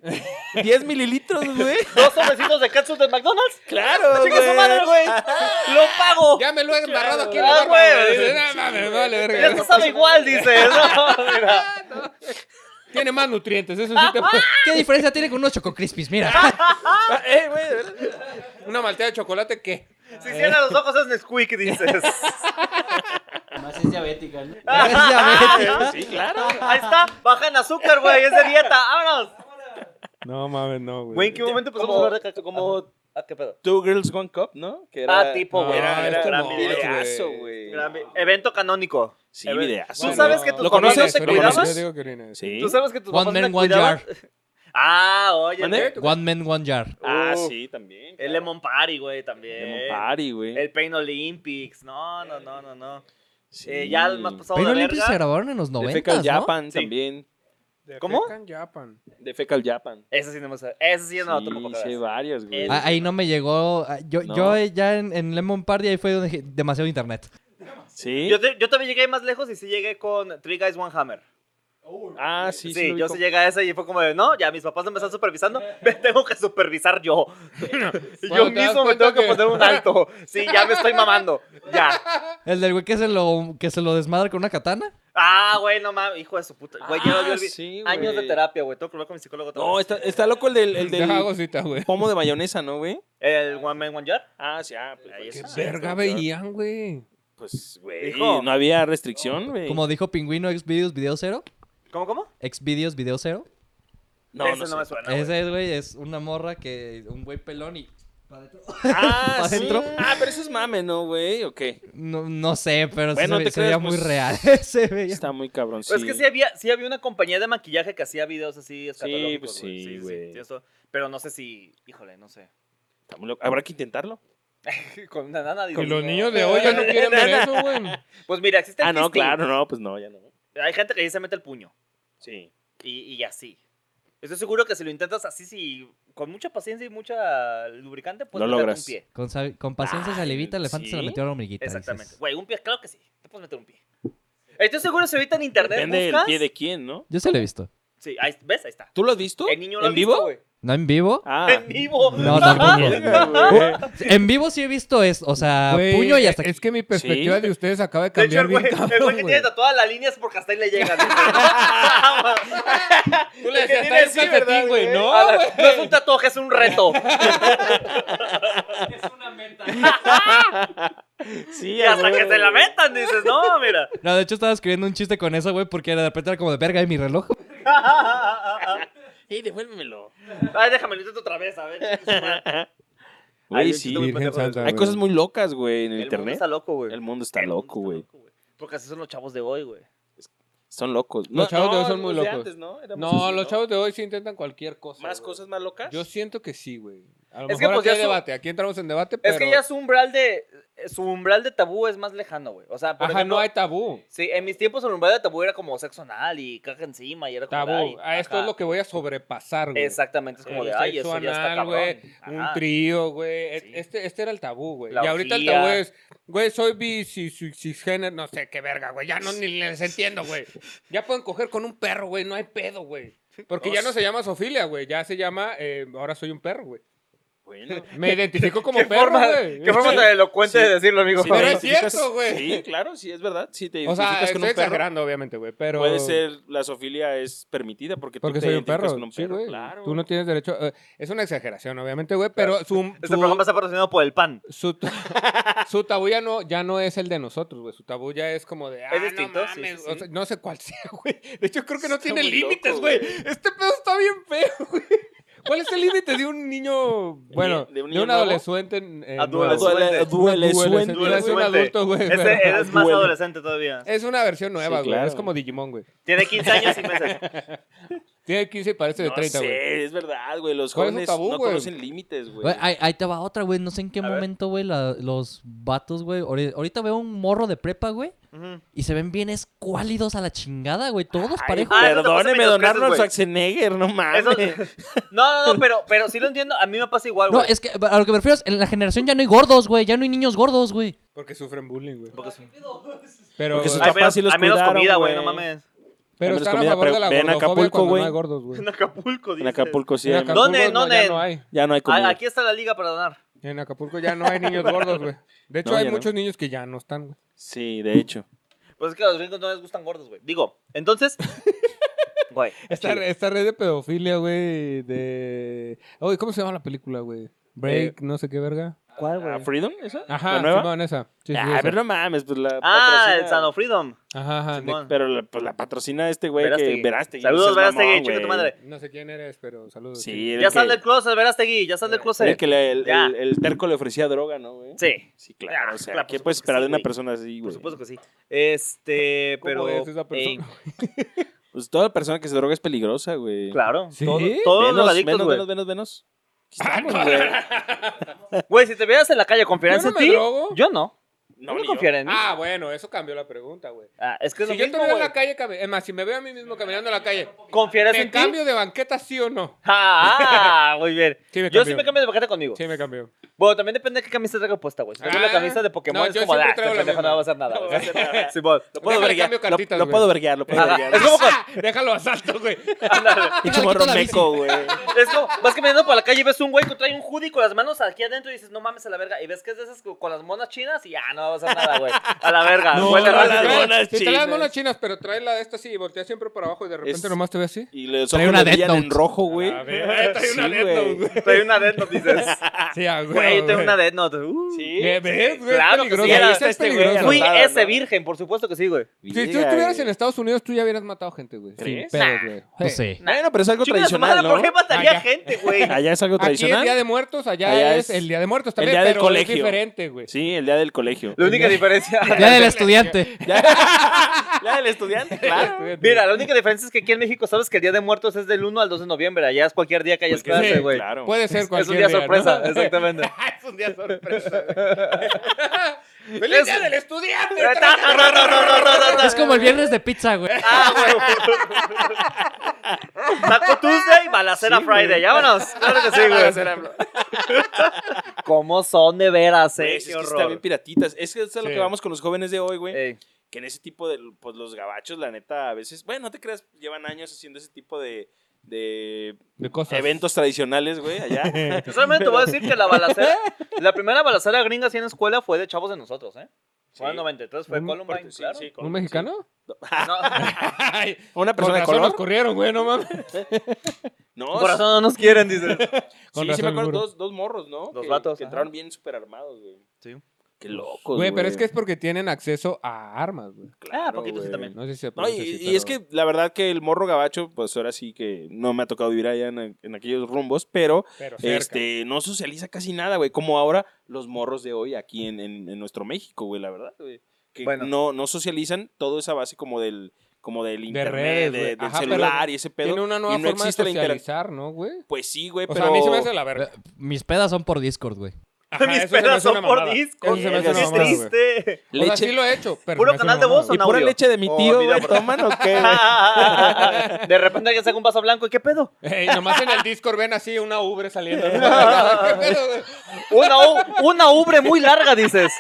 ¿10 mililitros, güey? ¿Dos sobrecitos de ketchup de McDonald's? Claro, ¡Chingue su madre, güey! ¡Lo pago! Ya me lo he embarrado aquí en Ah, la barba, güey. güey. Dice, "No, mames, vale, verga". Ya esto sabe igual, dice. No, mira. Tiene más nutrientes, eso sí te puede- ¿Qué diferencia tiene con unos Choco Crispies? Mira. Ah, eh, güey. ¿verdad? Una malteada de chocolate, ¿qué? Si cierra los ojos es Nesquik, dices. Más es diabética, ¿no? Es diabético. Sí, claro. Ahí está, baja en azúcar, güey, es de dieta, vámonos. No mames, no, Güey, ¿en qué momento empezamos a ¿Cómo? hablar de caca? ¿Cómo? ¿A qué pedo? Two Girls One Cup, ¿no? Que Ah, tipo, güey. Era, Ah, era esto gran no, videazo, güey. güey. Gran vi- Evento canónico. Sí, Event- videazo. ¿Tú güey. sabes que tus ¿Lo papás no conoces? se ¿Lo cuidabas? Yo digo que orines. Sí. ¿Tú sabes que tus papás One no man, se one cuidaban? Ah, oye. ¿Mande? güey. One man, one jar. Ah, Uh, sí, también. El Lemon Party, güey, también. Lemon Party, güey. El eh, Pain Olympics. No, no, no, no, no. Sí. Eh, ya el más pasado Pero de Olympics se verga. grabaron en los De 90, Fecal ¿no? Japan Sí. también. ¿Cómo? Pecan Japan. De Fecal Japan. Ese sí no me sabe. Ese sí no, tú tampoco sí, sabes. varios, güey. El- Ah, ahí no me llegó. ah, Yo, No. yo eh, ya en, en Lemon Party ahí fue donde dije, demasiado internet. Sí. Yo, te- yo también llegué más lejos y sí llegué con Three Guys One Hammer. Ah, Sí, sí, sí. lo yo ubico. sí llegué a esa y fue como de, no, ya mis papás no me están supervisando, me tengo que supervisar yo. Y yo Cuando te das mismo me cuenta tengo que que- poner un alto. Sí, ya me estoy mamando. Ya. El del güey que se lo, que se lo desmadra con una katana. Ah, güey, no mames, hijo de su puta. Güey, ya lo Ah, había olvidado. sí, güey. Años de terapia, güey, tengo que hablar con mi psicólogo. otra No, vez. está, está loco el del, el del Deja cosita, güey. pomo de mayonesa, ¿no, güey? El One Man One Jar. Ah, sí, ah, pues, Ahí güey, Qué está. sí, verga sí, claro. veían, güey. Pues, güey, Hijo. no había restricción, güey. Como dijo Pingüino, Xvideos Video Cero. ¿Cómo, cómo? Xvideos Video Cero. No, Ese no, no me sé. suena. güey. Ese es, güey, es una morra que. Un güey pelón y. Ah, ¿Pa' sí. adentro? Ah, pero eso es mame, ¿no, güey? ¿O qué? No, no sé, pero sí Bueno, se, te ve- se veía creas, muy pues, real. se veía. Está muy cabrón, sí. Pues es que sí había, sí había una compañía de maquillaje que hacía videos así escatológicos, pues güey. sí, güey. eso. Pero no sé si, híjole, no sé. Está muy loco. Habrá que intentarlo. Con una nana. dices, Y los no. niños de hoy ya no quieren ver eso, güey. Pues mira, existe el Ah, no, fisting. claro, no, pues no, ya no. Hay gente que ahí se mete el puño. Sí. Y, y así. Estoy seguro que si lo intentas así, si con mucha paciencia y mucha lubricante, puedes Lo meter logras. un pie. Con, sa- con paciencia Ay, salivita, el elefante se la ¿sí? metió a la hormiguita. dices. Exactamente. Güey, un pie, claro que sí. Te puedes meter un pie. Estoy seguro si ahorita en internet Depende del buscas. pie de quién, ¿no? Yo sí lo he visto. Sí, ahí, ¿ves? Ahí está. ¿Tú lo has visto? El niño lo ¿En ha vivo? visto, güey. ¿No en vivo? Ah. En vivo. No, tampoco. en vivo sí he visto es, o sea, Güey, puño y hasta Es que mi perspectiva Sí. de ustedes acaba de De hecho, cambiar el güey, bien el cabrón, güey que güey. tiene tatuada la línea es porque hasta ahí le llega. dice. Tú El que decías, tiene "Traes así, calcetín, ¿verdad, güey". No, A ver, güey. no es un tatuaje, es un reto. Es una meta. Sí, Y hasta güey. que te lamentan, dices, no, mira. No, de hecho estaba escribiendo un chiste con eso, güey, porque de repente era como de verga y mi reloj. Ey, devuélvemelo. Ay, déjame lo intento otra vez, a ver. Hay Güey, un sí. chiste muy Virgen pendejo de Santa, Hay cosas muy locas, güey, El en el mundo internet. está loco, güey. El mundo está El mundo loco, güey. Porque así son los chavos de hoy, güey. Son locos. Los chavos de hoy son los muy de locos. antes, ¿no? Éramos No, así, los chavos de hoy sí intentan cualquier cosa. ¿Más güey. cosas más locas? Yo siento que sí, güey. A lo Es que, mejor aquí pues, ya hay su- debate. Aquí entramos en debate, pero... Es que ya su umbral de. Su umbral de tabú es más lejano, güey. O sea, por Ajá, ejemplo, no hay tabú. Sí, en mis tiempos el umbral de tabú era como sexo anal y caja encima y era como. de, ay, Tabú. A esto ajá. es lo que voy a sobrepasar, güey. Exactamente, es como de, El ay, sexo eso ya está anal, cabrón. güey, Un Ajá. trío, güey. Sí. Este, este era el tabú, güey. La Y ahorita el orgía. tabú es, güey, soy bis y su- cisgénero, no sé qué verga, güey. Ya no ni les entiendo, güey. Ya pueden coger con un perro, güey. No hay pedo, güey. Porque ya no se llama Sofilia, güey. Ya se llama, eh, ahora soy un perro, güey. Bueno. Me identifico como ¿Qué perro, forma, güey. qué forma Sí. tan elocuente de decirlo, amigo. Sí, Pero te es identificas- cierto, güey. Sí, Sí, claro, sí, es verdad. Sí, te O sea, identificas con estoy un perro. exagerando, obviamente, güey, pero... Puede ser, la zoofilia es permitida porque, Porque tú te soy un identificas perro. con un sí, perro. güey. claro. Tú no tienes derecho... eh, es una exageración, obviamente, güey, pero su... Este su- programa está patrocinado por el pan. su, ta- su tabú ya no, ya no es el de nosotros, güey. Su tabú ya es como de. Ah, distinto, no, sí, mames", sí, sí. o sea, no sé cuál sea, güey. De hecho, creo que no Está tiene muy loco, límites, güey. güey. Este pedo está bien feo, güey. ¿Cuál es el límite de un niño, bueno, de ¿De un, un niño nuevo? adolescente? eh, Adolescente. nuevo? Duele- duele, Adolescente. duele, Es un duele. adulto, güey. Ese pero- eres más Duele. adolescente todavía. Es una versión nueva, Sí, güey. claro. Es como Digimon, güey. Tiene 15 años y meses. Tiene 15 y parece de No 30, sé, güey. es verdad, güey. Los ¿Cuál es su jóvenes tabú, no güey? conocen límites, güey. Güey, ahí, ahí te va otra, güey. No sé en qué A ver. momento, güey, la- los vatos, güey. ahori- Ahorita veo un morro de prepa, güey. Ujú. Y se ven bien escuálidos a la chingada, güey. Todos parejos. Ah, eso te pasa Perdóneme, mientras don creces, Arnold güey. Schwarzenegger, no mames. Eso- No, no, no, pero, pero sí lo entiendo. A mí me pasa igual, No, güey. es que a lo que me refiero es, en la generación ya no hay gordos, güey. Ya no hay niños gordos, güey. Porque sufren bullying, güey. Porque- Pero, ah, porque sus Hay papás menos, sí los hay menos cuidaron, comida, güey, no güey. mames. pero menos están a comida, favor pero de la ven a gordofobia Acapulco, cuando güey. no hay gordos, güey. En Acapulco, dices. En Acapulco sí En hay- Acapulco ¿Dónde? no, ¿Dónde? Ya no hay. ya no hay comida. Ah, Aquí está la liga para donar. En Acapulco ya no hay niños gordos, güey. De hecho, No, hay ya no. muchos niños que ya no están, güey. Sí, de hecho. Pues es que a los gringos no les gustan gordos, güey. Digo, entonces... Güey. Esta, esta red de pedofilia, güey, de... Oye, ¿cómo se llama la película, güey? Break, no sé qué verga. ¿Cuál, Ah, güey? ¿Freedom? ¿Esa? Ajá, ¿La nueva? Simón, esa. Ah, Sí, sí, ah, esa. pero no mames, pues la Ah, el patrocina- Sano Freedom. Ajá, ajá. Ah, de- Simón. Pero la, pues, la patrocina este güey que Verástegui. Verástegui. Saludos, no seas mamón, Verástegui, chica güey. tu madre. No sé quién eres, pero saludos. Sí, el Ya que- sal del closet, Verástegui, ya sal del el closet. que le- el, Ya. el- el terco le ofrecía droga, ¿no, güey? Sí, Sí, claro. Ah, o sea, claro, por ¿qué supuesto puedes que esperar sí, de una güey. persona así, por güey? supuesto que sí. Este, ¿Cómo pero... es esa ey, persona? Pues toda persona que se droga es peligrosa, güey. claro, ¿Sí? todo- todos los Venos, adictos, venos, güey. venos, venos, venos. Aquí estamos, güey. Güey, si te veas en la calle, ¿confiarás Yo en no me ti? drogo. Yo no. No, No, no ni yo. confiaré en mí. Ah, bueno, eso cambió la pregunta, güey. Ah, es que es Si lo yo te mismo, veo en güey. la calle, cami- es más, si me veo a mí mismo caminando en la calle, ¿Confiarás ¿me en ti? cambio de banqueta sí o no? Ah, muy bien. Sí me yo cambio. sí me cambio de bajeta conmigo. Sí, me cambió. Bueno, también depende de qué camisa traiga puesta, güey. Si traigo Ah, la camisa de Pokémon, no, es yo como, siempre ah, este traigo la pendejo misma. no va a hacer nada. güey. Sí, bueno, lo puedo Déjale, ver ya. cambio cartitas, Lo, lo güey. puedo verguear, lo puedo Ajá. verguear. Es como cuando- Ah, pues. Déjalo a salto, güey. Pinche Déjale, morro quito la bici. meco, güey. Es como, vas caminando por la calle y ves un güey que trae un hoodie con las manos aquí adentro y dices, no mames a la verga. Y ves que es de esas con las monas chinas y ya no va a hacer nada, güey. A la verga. No, Huele no, raro. las Trae- Si trae las monas chinas. monas chinas, pero trae la de esta así y voltea siempre para abajo y de repente Es- nomás te ve así. Y los Trae ojos una le Death brillan en Note. rojo, güey. A ver, ahí trae una Sí, Death Note, güey. Ah, güey. Trae una dead note, dices. Sí, a huevo, Güey, yo tengo güey. una dead note. Uh. Sí. ¿Qué ves, güey? Claro que Peligroso. sí, era Ese es este güey, peligroso. Fui Anotado, ese ¿no? virgen, por supuesto que sí, güey. Si tú Virga, estuvieras güey. en Estados Unidos, tú ya hubieras matado gente, güey. ¿Crees? Sin pedos, güey. No Pues Sí. sé. Bueno, pero es algo Chinga su tradicional, madre, ¿no? ¿por qué mataría Allá. gente, güey? Allá es algo Aquí es tradicional. Día de Muertos, allá, Allá es, es el Día de Muertos también, día del pero es colegio. diferente, güey. Sí, el día del colegio. La única diferencia. Ya del estudiante. Ya del estudiante, claro. Mira, la única diferencia es que aquí en México sabes que el Día de Muertos es del 1 al 2 de noviembre. Allá es cualquier día que hayas Cualquier clase, día, güey. Pues claro. Puede ser Es un cualquier día ¿no? sorpresa, exactamente. es un día sorpresa, güey. ¡Feliz Día Es- del Estudiante! Es como el viernes de pizza, güey. Ah, güey. Taco Tuesday, balacera Friday. Vámonos. Claro que sí, güey. ¿Cómo son de veras, Güey, eh? es Qué que está bien horror. Eh. piratitas. Es que es a lo Sí. que vamos con los jóvenes de hoy, güey. Ey, que en ese tipo de, pues los gabachos, la neta, a veces, bueno, no te creas, llevan años haciendo ese tipo de, de De cosas. eventos tradicionales, güey, allá. yo solamente te voy a decir que la balacera, la primera balacera gringa así en la escuela fue de chavos de nosotros, ¿eh? Fue en el Sí. 93, fue Mm, Columbine, Sí, claro. sí, con- ¿Un mexicano? No, Ay, sí. Una Con persona de razón color. Pues, nos corrieron, güey, no mames. No, por eso no nos quieren, dices. Con sí, sí razón, me acuerdo, seguro. dos, dos morros, ¿no? Dos que, vatos, Que ajá. entraron bien súper armados, güey. Sí. Qué locos, Güey, pero es que es porque tienen acceso a armas, güey. Ah, poquito sí güey. también. No sé si se No, y, pronuncia así, y pero- es que la verdad que el morro gabacho, pues ahora sí que no me ha tocado vivir allá en, en aquellos rumbos, pero Pero cerca. este no socializa casi nada, güey, como ahora los morros de hoy aquí en, en- en nuestro México, güey, la verdad, güey. Que Bueno. no, no socializan, todo esa base como del, como del redes, internet, de- güey. del Ajá, pero celular y ese pedo. Tiene una nueva y no forma de existe la interac- socializar, ¿no, güey? Pues sí, güey, O pero... sea, a mí se me hace la verga. Mis pedas son por Discord, güey. Ajá, Mis eso se me pedas hace una son por mamada. disco. Eso se me hace Qué una mamada, güey. triste. O sea, Leche- sí lo he hecho, pero... Puro se me hace canal una de voz, mamada. ¿Y no, pura güey? leche de mi Oh, tío, vida güey? por- ¿Toman o qué, güey? De repente ya saca un vaso blanco. ¿Y qué pedo? Ey, nomás en el Discord ven así una ubre saliendo. ¿Qué pedo, güey? Una, u- una ubre muy larga, dices.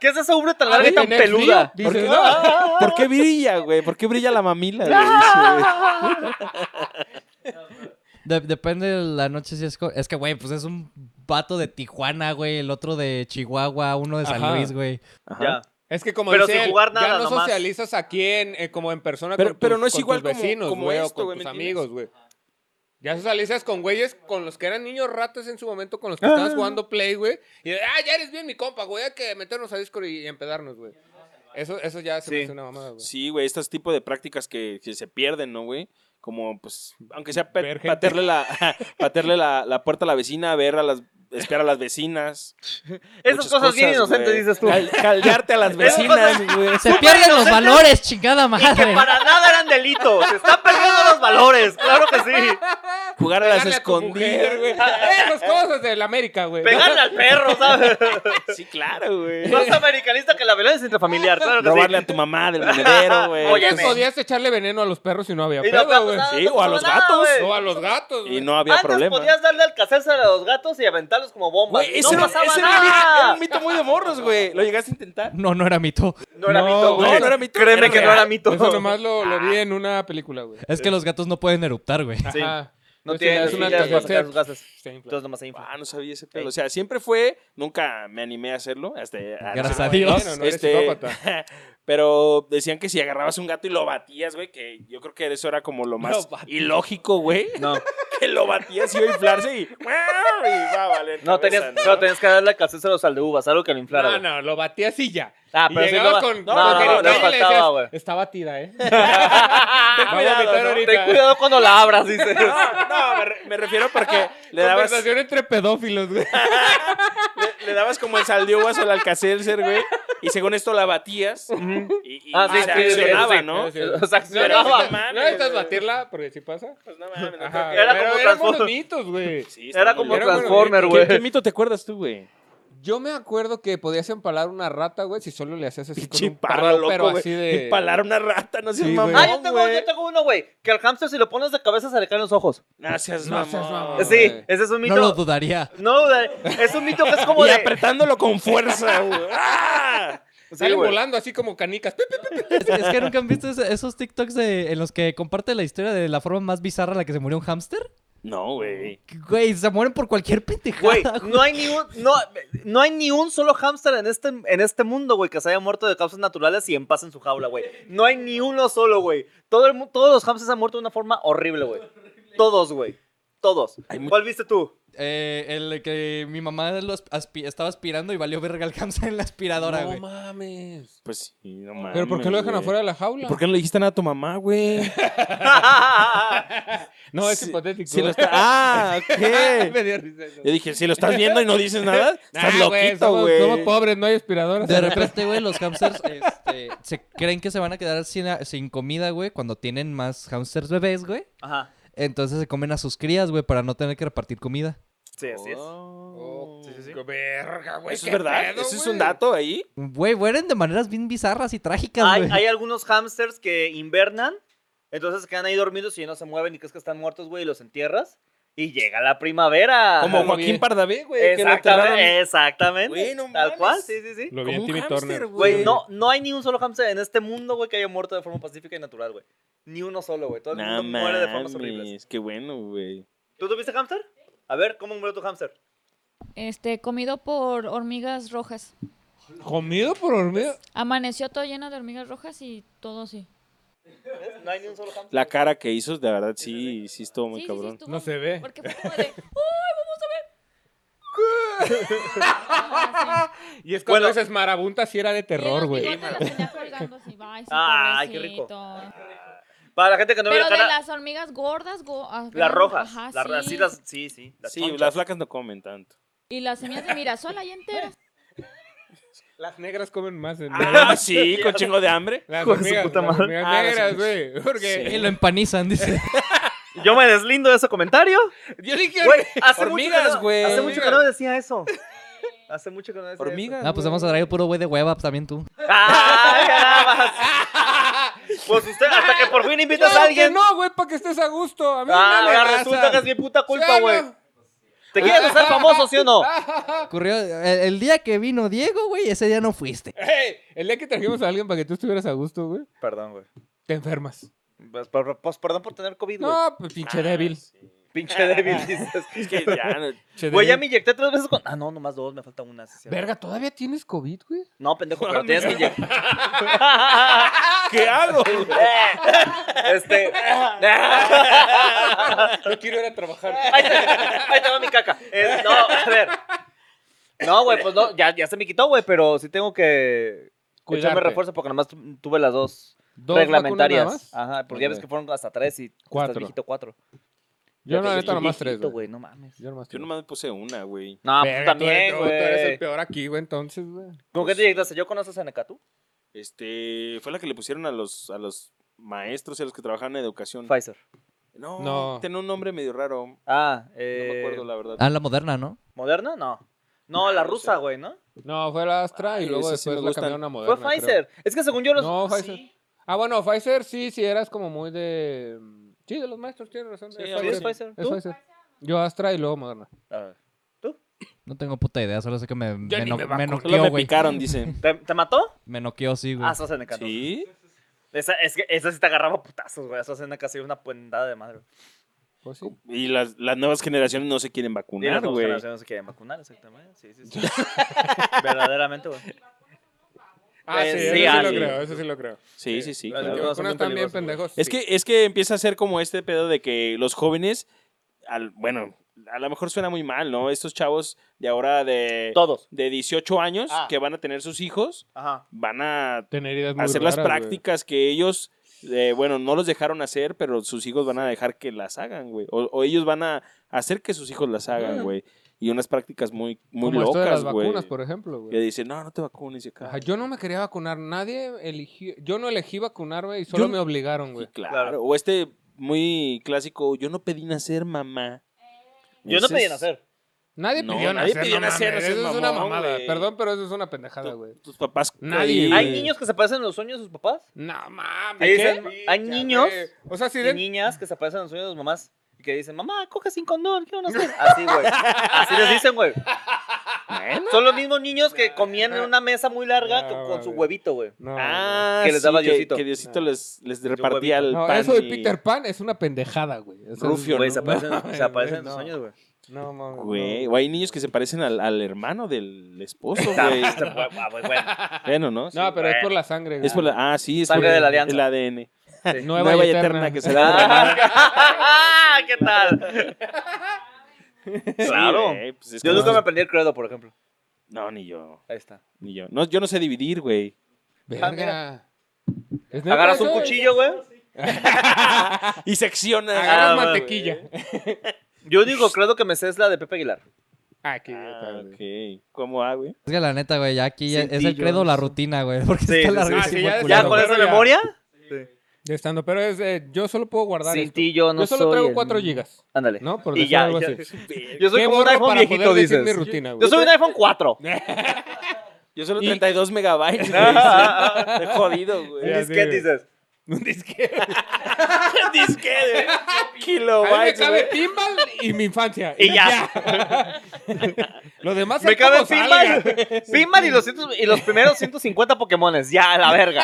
¿Qué es esa Ah, ubre tan larga y tan ¿Tienes frío? peluda? Dices, no. Ah, ¿Por qué brilla, güey? ¿Por qué brilla la mamila, güey? Sí, güey? De- depende de la noche si es... co- Es que, güey, pues es un vato de Tijuana, güey. El otro de Chihuahua, uno de San Ajá. Luis, güey. Ajá. Ya. Es que como Pero dice sin él, jugar nada, ya no nomás. socializas aquí en, eh, como en persona Pero- con tus, pero no es con igual tus como- vecinos, como güey, o esto, con güey, tus ¿me entiendes? amigos, güey. Ya socializas con güeyes con los que eran niños ratas en su momento, con los que Ah. estabas jugando Play, güey. Y, ah, ya eres bien mi compa, güey, hay que meternos a Discord y, y empedarnos, güey. Eso, eso ya se me Sí. hace una mamada, pues. güey. Sí, güey, estos tipos de prácticas que, que se pierden, ¿no, güey? Como, pues, aunque sea pe- Ver gente. patearle, la, patearle la, la puerta a la vecina, ver a las, espiar a las vecinas. Esas muchas cosas, bien inocentes, güey. dices tú. Cal- caldearte a las Esas vecinas, cosas- güey. Se pierden los inocentes! valores, chingada Y que madre. para nada eran delitos. Se están perdiendo los valores. Claro que sí. Jugar a las Pegarle a tu mujer, escondidas, güey. güey. Esas cosas de la América, güey. Pegarle al perro, ¿sabes? Sí, claro, güey. Más americanista que la violencia intrafamiliar. Claro que Robarle sí. a tu mamá del monedero, güey. Oye, Óyeme. podías echarle veneno a los perros y no había Y no pedo, pasaba güey. nada, Sí, no o a pasaba los nada, gatos. güey. O a los gatos, güey. Y no había Antes problema. podías darle alcázar a los gatos y aventarlos como bombas. Güey, no ese, era- pasaba ese era, un mito- nada. era un mito muy de morros, güey. ¿Lo llegaste a intentar? No, no era mito. No era No, mito, güey. güey. No, no era mito. Créeme Era que no real. era mito. Eso nomás lo, lo Ah. vi en una película, güey. Es que los gatos no pueden eruptar, güey. Sí. Ajá. No Entonces, tiene es una filas para tercera- sacar sus gases. se infla. Entonces nomás se infla. Ah, no sabía ese pedo. O sea, siempre fue, nunca me animé a hacerlo. Hasta, Pues Gracias hasta- a Dios. Bueno, no eres este, psicópata. pero decían que si agarrabas un gato y lo batías, güey, que yo creo que eso era como lo más Lo batías. ilógico, güey. No, Que lo batías iba a inflarse y, ¡guau! y va a valer no cabeza, tenías, no, tenías que darle alcázar al de uvas, algo que lo inflara. No, güey. no, lo batía así ya. Ah, Y pero sí llegabas lo con... ba- no, no, no, con no, el no, y le faltaba, decías, güey. Está batida, ¿eh? Ah, Ten Va a vomitar cuidado, ¿no? ahorita. eh. Ten cuidado cuando la abras, dices. No, no, me, re- me refiero porque le dabas, Conversación entre pedófilos, güey. le dabas como el saldiuvas o el alcacelser, güey. Y según esto la batías y, y- Ah, sí, y se sí, sí, sí, accionaba, sí. ¿no? Sí, sí. O sea, No, no, accionaba. no, mames, no necesitas güey. batirla porque si pasa. Pues no mames, no creo Ajá. que- Era pero como eran Transformers. bonitos, güey. Sí, está Era muy como Era loco. bueno, Transformer, ¿qué- güey. ¿Qué mito te acuerdas tú, güey? Yo me acuerdo que podías empalar una rata, güey, si solo le hacías así con un Chiparra, palo, pero loco, güey. así de... Empalar una rata, no seas Sí, güey. mamón, Ah, yo tengo, güey. yo tengo uno, güey. Que al hamster si lo pones de cabeza se le caen los ojos. No seas No seas mamón. mamón. Sí, güey. ese es un mito. No lo dudaría. No, güey, es un mito que es como Y de... apretándolo con fuerza, güey. ¡Ah! Sí, Salen güey. volando así como canicas. Pi, pi, pi. Es, es que nunca han visto ese- esos TikToks de- en los que comparte la historia de la forma más bizarra en la que se murió un hámster. No, güey. Güey, se mueren por cualquier Güey, pendejada. güey. no hay ni un, no, no hay ni un solo hámster en este, en este mundo, güey, que se haya muerto de causas naturales y en paz en su jaula, güey. No hay ni uno solo, güey. Todo el mu- todos los hámsters han muerto de una forma horrible, güey. Todos, güey. Todos. ¿Cuál viste tú? Eh, el que mi mamá lo asp- aspi- estaba aspirando y valió verga el hámster en la aspiradora, No güey. mames. Pues sí, no mames. ¿Pero por qué lo dejan güey. afuera de la jaula? ¿Y por qué no le dijiste nada a tu mamá, güey? No, es Si- hipotético. si lo está- Ah, ok. Me dio risa eso. Yo dije, si lo estás viendo y no dices nada, estás Nah, Ah, güey, loquito, somos- Somos güey. pobres, no hay aspiradoras. De repente, güey, los hamsters este, se creen que se van a quedar sin, sin comida, güey, cuando tienen más hamsters bebés, güey. Ajá. Entonces se comen a sus crías, güey, para no tener que repartir comida. Sí, así es. Oh. Sí, sí, sí. Verga, güey. ¿Eso qué es verdad? pedo, ¿Eso es güey. un dato ahí? Güey, mueren de maneras bien bizarras y trágicas, Hay, güey. hay algunos hámsters que invernan, entonces se quedan ahí dormidos y ya no se mueven y crees que están muertos, güey, y los entierras. Y llega la primavera. Como Ajá, lo Joaquín vi. Pardavé, güey. que lo enterraron. Exactamente, exactamente. Güey, no Tal cual, mames. sí, sí, sí. Lo vi en Como un Timmy hámster, Turner. Güey, no, no hay ni un solo hamster en este mundo, güey, que haya muerto de forma pacífica y natural, güey. Ni uno solo, güey. Todo el No mundo muere de formas horribles. mames, qué bueno, güey. ¿Tú tuviste hamster? A ver, ¿cómo murió tu hamster? Este, comido por hormigas rojas. ¿Comido por hormiga? Amaneció todo lleno de hormigas rojas y todo así. ¿Ves? No hay ni un solo hamster. La cara que hizo, de verdad, sí, sí estuvo muy Sí, sí, sí, cabrón. estuvo- No se ve. Porque fue como de, Y es cuando Bueno. dices marabunta si era de terror, Y güey. los bigotes los tenía colgando así, ay, sí, Ay, qué rico. pobrecito. Para la gente que no ve Pero la de cara, las hormigas gordas, go- ah, las grandes, rojas. ajá, las, así sí. las- sí, sí. Las sí, chonchas. las flacas no comen tanto. Y las semillas de mirasol ahí enteras. Las negras comen más en Ah, sí, con chingo de hambre. Las Hijo de su hormigas, puta las madre. hormigas Ah, las negras, hormigas. güey. Porque Y lo empanizan, dice. Yo me deslindo de ese comentario. yo dije, Güey, hace Hormigas, mucho que no, güey. Hace mucho que no decía eso. Hace mucho que no decía Hormiga. Ah, pues vamos a traer puro güey de hueva también tú. eso. ¡Ay, nada más! Pues usted, hasta que por fin invitas claro a que alguien. no, güey, para que estés a gusto. A mí Ah, no me ahora pasa. resulta que es mi puta culpa, Sí, güey. no. Ah. ¿Te quieres hacer famoso, sí o no? Ocurrió el, el día que vino Diego, güey, ese día no fuiste. Ey, el día que trajimos a alguien para que tú estuvieras a gusto, güey, Perdón, güey. te enfermas. Pues, por- pues, perdón por tener COVID, güey. No, pues pinche débil. Pinche débil, dices. Es que ya, no- pinche Güey, ya débil. me inyecté tres veces con. Ah, no, nomás dos, me falta una. sí, sí. Verga, ¿todavía tienes COVID, güey? No, pendejo, pero tienes que inyectar. ¿Qué hago? Este. No quiero ir a trabajar. Ahí te, ahí te va mi caca. Eh, no, a ver. No, güey, pues no, ya, ya se me quitó, güey, pero sí tengo que Cuidarte. echarme refuerzo porque nomás tu- tuve las dos, ¿Dos reglamentarias. vacunas nada más? Ajá, porque ya ves Ok. que fueron hasta tres y Cuatro. estás viejito cuatro. Yo, Ya la te- neta, ya nomás estoy tres, viejito, güey. güey, no mames. Yo nomás Yo tres. nomás me puse una, güey. No, pues Verga, tú eres- también, tú eres el güey. peor aquí, güey, entonces, güey. ¿Con qué te inyectaste? ¿Yo conoces a Necatú? Este, fue la que le pusieron a los, a los maestros y a los que trabajaban en educación. Pfizer. No, No. tiene un nombre medio raro. Ah, No eh. me acuerdo, la verdad. Ah, la moderna, ¿no? ¿Moderna? No. No, la rusa, güey, ¿no? No, fue la Astra y Ay, luego esas sí después me la gustan. cambiaron a Fue Moderna. creo. Pfizer. Es que según yo los. No, Pfizer. Sí, Ah, bueno, Pfizer sí, sí, eras como muy de... Sí, de los maestros, tienes razón. Sí, es algo Pfizer. sí, es Pfizer. Es ¿Tú? Pfizer. Yo Astra y luego Moderna. Ah, No tengo puta idea, solo sé que me, Yo me, ni no- me me vacuno. Solo noqueó, me güey. picaron, dicen. ¿Te, ¿Te mató? Me noqueó, sí, güey. Ah, AstraZeneca. no. ¿Sí? Esa, es que esa sí te agarraba a putazos, güey. Esa cena casi una puendada de madre. Pues sí. Y las, las nuevas generaciones no se quieren Y las vacunar, nuevas güey. generaciones se quieren vacunar, exactamente. Sí, sí, sí. Verdaderamente, güey. Ah, sí, Eh, eso sí, sí ah, lo sí. creo, eso sí lo creo. Sí, sí, sí. Las claro. Las Pero vacunas son bien están bien peligrosas, pendejos. Es sí. que, es que empieza a ser como este pedo de que los jóvenes, al, bueno, a lo mejor suena muy mal, ¿no? Estos chavos de ahora de, Todos. de 18 años Ah. que van a tener sus hijos, Ajá. van a Tener ideas muy hacer las raras, güey. prácticas que ellos, eh, bueno, no los dejaron hacer, pero sus hijos van a dejar que las hagan, güey. O, o ellos van a hacer que sus hijos las hagan, güey. Y unas prácticas muy, muy Como esto de locas, las güey. vacunas, por ejemplo, Que güey. dicen, no, no te vacunes. Y acá. Ajá, yo no me quería vacunar, nadie eligió, yo no elegí vacunarme y solo Yo- me obligaron, Sí, güey. claro. Claro. O este muy clásico, yo no pedí nacer, mamá. Yo no Ese pedí es- nacer. Nadie No, pidió nadie nacer, pidió no mames, nacer, no seas eso es una mamón, mamada. güey. Perdón, pero eso es una pendejada, Tu- güey. Tus papás. Nadie. ahí- Sí. ¿Hay niños que se aparecen en los sueños de sus papás? No mames. ¿qué? Ahí dicen, hay Ya, niños güey. O sea, si Y de... niñas que se aparecen en los sueños de sus mamás. Y que dicen, mamá, coge sin condón, ¿qué van a hacer? Así, güey. Así les dicen, güey. Son los mismos niños que comían en una mesa muy larga Ah, con, con su vale. huevito, güey. No, Ah, Que les daba sí, que- Diosito. Que, Diosito No. les, les repartía güey. el Ah. No, pan. eso de y- Peter Pan es una pendejada, güey. O sea, Rufio, Güey, ¿no? se aparecen, se aparecen en los No. sueños, güey. No mames. Güey, no. o hay niños que se parecen al, al hermano del esposo, güey. Ah, güey, bueno. bueno, ¿no? Sí. No, pero es por la sangre, güey. Es por la- Ah, sí, es Sangre por de la alianza. Ah, El ADN. Nueva, y eterna. que será derramada. ¿Qué tal? Sí, Claro. güey, pues es Yo como- nunca me aprendí el credo, por ejemplo. No, ni yo. Ahí está. Ni yo. No, yo no sé dividir, güey. Verga. Ah, mira. ¿Es neta Agarras un eso? cuchillo, güey. Y seccionas. Agarras Ah, mantequilla. Yo digo, credo que me sé es la de Pepe Aguilar. Ah, aquí. Ah, está, güey. ok. ¿Cómo va, güey? Es que la neta, güey, ya aquí ya Sin es ti, el yo credo no la sé. rutina, güey. Porque Sí, sí, está sí. larguísimo Ah, sí, el ya- ¿Ya culero, Claro, con güey. pero esa ya. memoria? De estando, pero es, eh, yo solo puedo guardar Sin esto. ti yo no Yo solo traigo soy 4 el- gigas, Ándale. ¿no? Por Y decir ya, algo ya. así. Yo soy Qué como un burro iPhone para viejito, poder decir dices. mi rutina, Yo güey. soy un iPhone 4. Yo solo Y- 32 megabytes, güey. Estoy jodido, Un güey. Ya, sí, disquete, güey. dices. Un disque. Disquete. Ahí me Kilobytes, cabe güey. pinball y mi infancia. Y ya. Lo demás Me es como cabe salga. Pinball. Pinball y los, cientos- y los primeros 150 Pokémones. Ya, a la verga.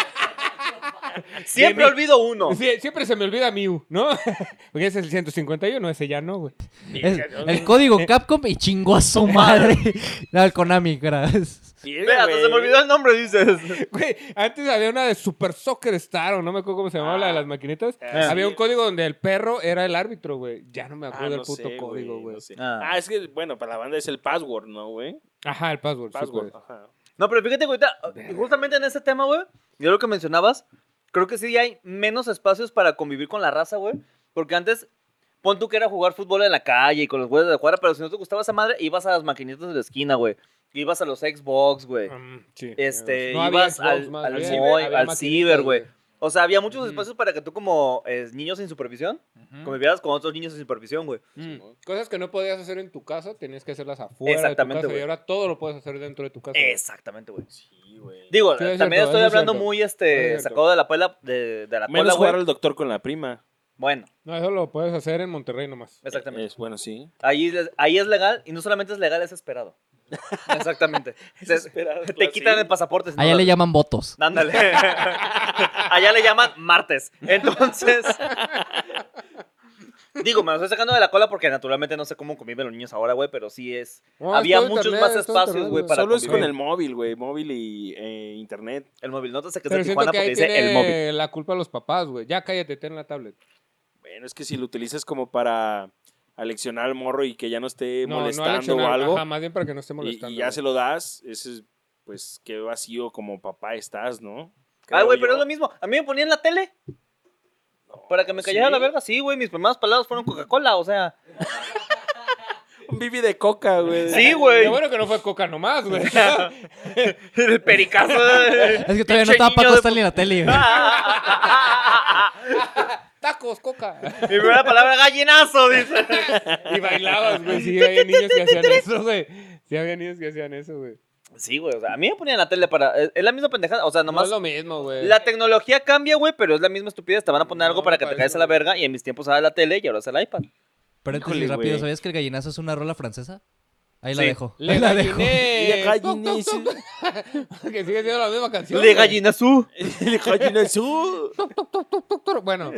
Siempre Dime. olvido uno. Sí, siempre se me olvida Mew, ¿no? Porque ese es el 151, ese ya no, güey. Es- el código Capcom y chingó a su madre. no, el Konami, cara. Espera, hasta se me olvidó el nombre, dices. Güey, antes había una de Super Soccer Star, o no me acuerdo cómo se llamaba, la de las maquinitas. Ah, había sí. un código donde el perro era el árbitro, güey. Ya no me Ah, acuerdo del no puto sé, código, güey. no sé. Ah. Ah, es que, bueno, para la banda es el password, ¿no, güey? Ajá, el password. sí, Password. güey. ajá. No, pero fíjate que ahorita, y justamente en ese tema, güey, yo lo que mencionabas, creo que sí hay menos espacios para convivir con la raza, güey. Porque antes, Pon tú que era jugar fútbol en la calle y con los güeyes de afuera, pero si no te gustaba esa madre, ibas a las maquinitas de la esquina, güey. Ibas a los Xbox, güey. Mm, sí. Este, No había ibas Xbox, al, más al bien. Moy, Había al maquinitas, Ciber, güey. O sea, había muchos Ujú. espacios para que tú como eh, niño sin supervisión, convivieras con otros niños sin supervisión, güey. Mm. Cosas que no podías hacer en tu casa, tenías que hacerlas afuera de Exactamente, tu casa. güey. Y ahora todo lo puedes hacer dentro de tu casa. güey. Exactamente, güey. Digo, Sí, es también cierto, estoy eso es hablando cierto. muy Eso es este, cierto. sacado de la pela, de, de la Menos cola, jugar güey. al doctor con la prima. Bueno, No, eso lo puedes hacer en Monterrey nomás. exactamente. Es bueno, sí. eh. Ahí, es- ahí es legal y no solamente es legal, es esperado. Exactamente. Se- te quitan el pasaporte. si no Allá lo- le llaman votos. Ándale. Allá le llaman martes. Entonces. Digo, me lo estoy sacando de la cola porque naturalmente no sé cómo conviven los niños ahora, güey, pero sí es. No, Había es todo muchos internet, más es todo espacios, internet, güey, para Solo es con convivir. el móvil, güey. Móvil y eh, internet. El móvil. No te saques de Pero siento Tijuana que ahí porque dice el móvil. tiene la culpa a los papás, güey. Ya cállate, ten la tablet. Bueno, es que si lo utilizas como para aleccionar al morro y que ya no esté No, no molestando o aleccionar, algo. Ajá, más bien para que no esté y- molestando. y, ya güey. se lo das, ese es, pues qué vacío como papá estás, ¿no? Ay, Creo Ah, güey, pero yo. es lo mismo. A mí me ponían la tele. Para que me callara ¿Sí? la verga, sí, güey. Mis primeras palabras fueron Coca-Cola, o sea. Un bibi de coca, güey. Sí, güey. Qué bueno que no fue coca nomás, güey. El pericazo. Es que todavía no estaba Paco Stanley en la tele. Ah, güey. Tacos, coca. Mi primera palabra, gallinazo, dice. Y bailabas, güey. Sí, había niños que hacían eso, güey. Sí, había niños que hacían eso, güey. Sí, güey, o sea, a mí me ponían la tele para... Es es la misma pendejada, o sea, No nomás... es lo mismo, güey. La tecnología cambia, güey, pero es la misma estupidez. Te van a No, poner algo para me que te parece caigas a la horrible. verga y en mis tiempos era la tele y ahora es el iPad. Pero Híjole, entonces, rápido, güey. ¿sabías que el gallinazo es una rola francesa? Ahí la Sí. dejo. Le Ahí la dejo. galliné. Le galliné, Toc, toc, toc. que sigue siendo la misma canción. De güey. gallinazú. El gallinazo. Toc, toc, Bueno.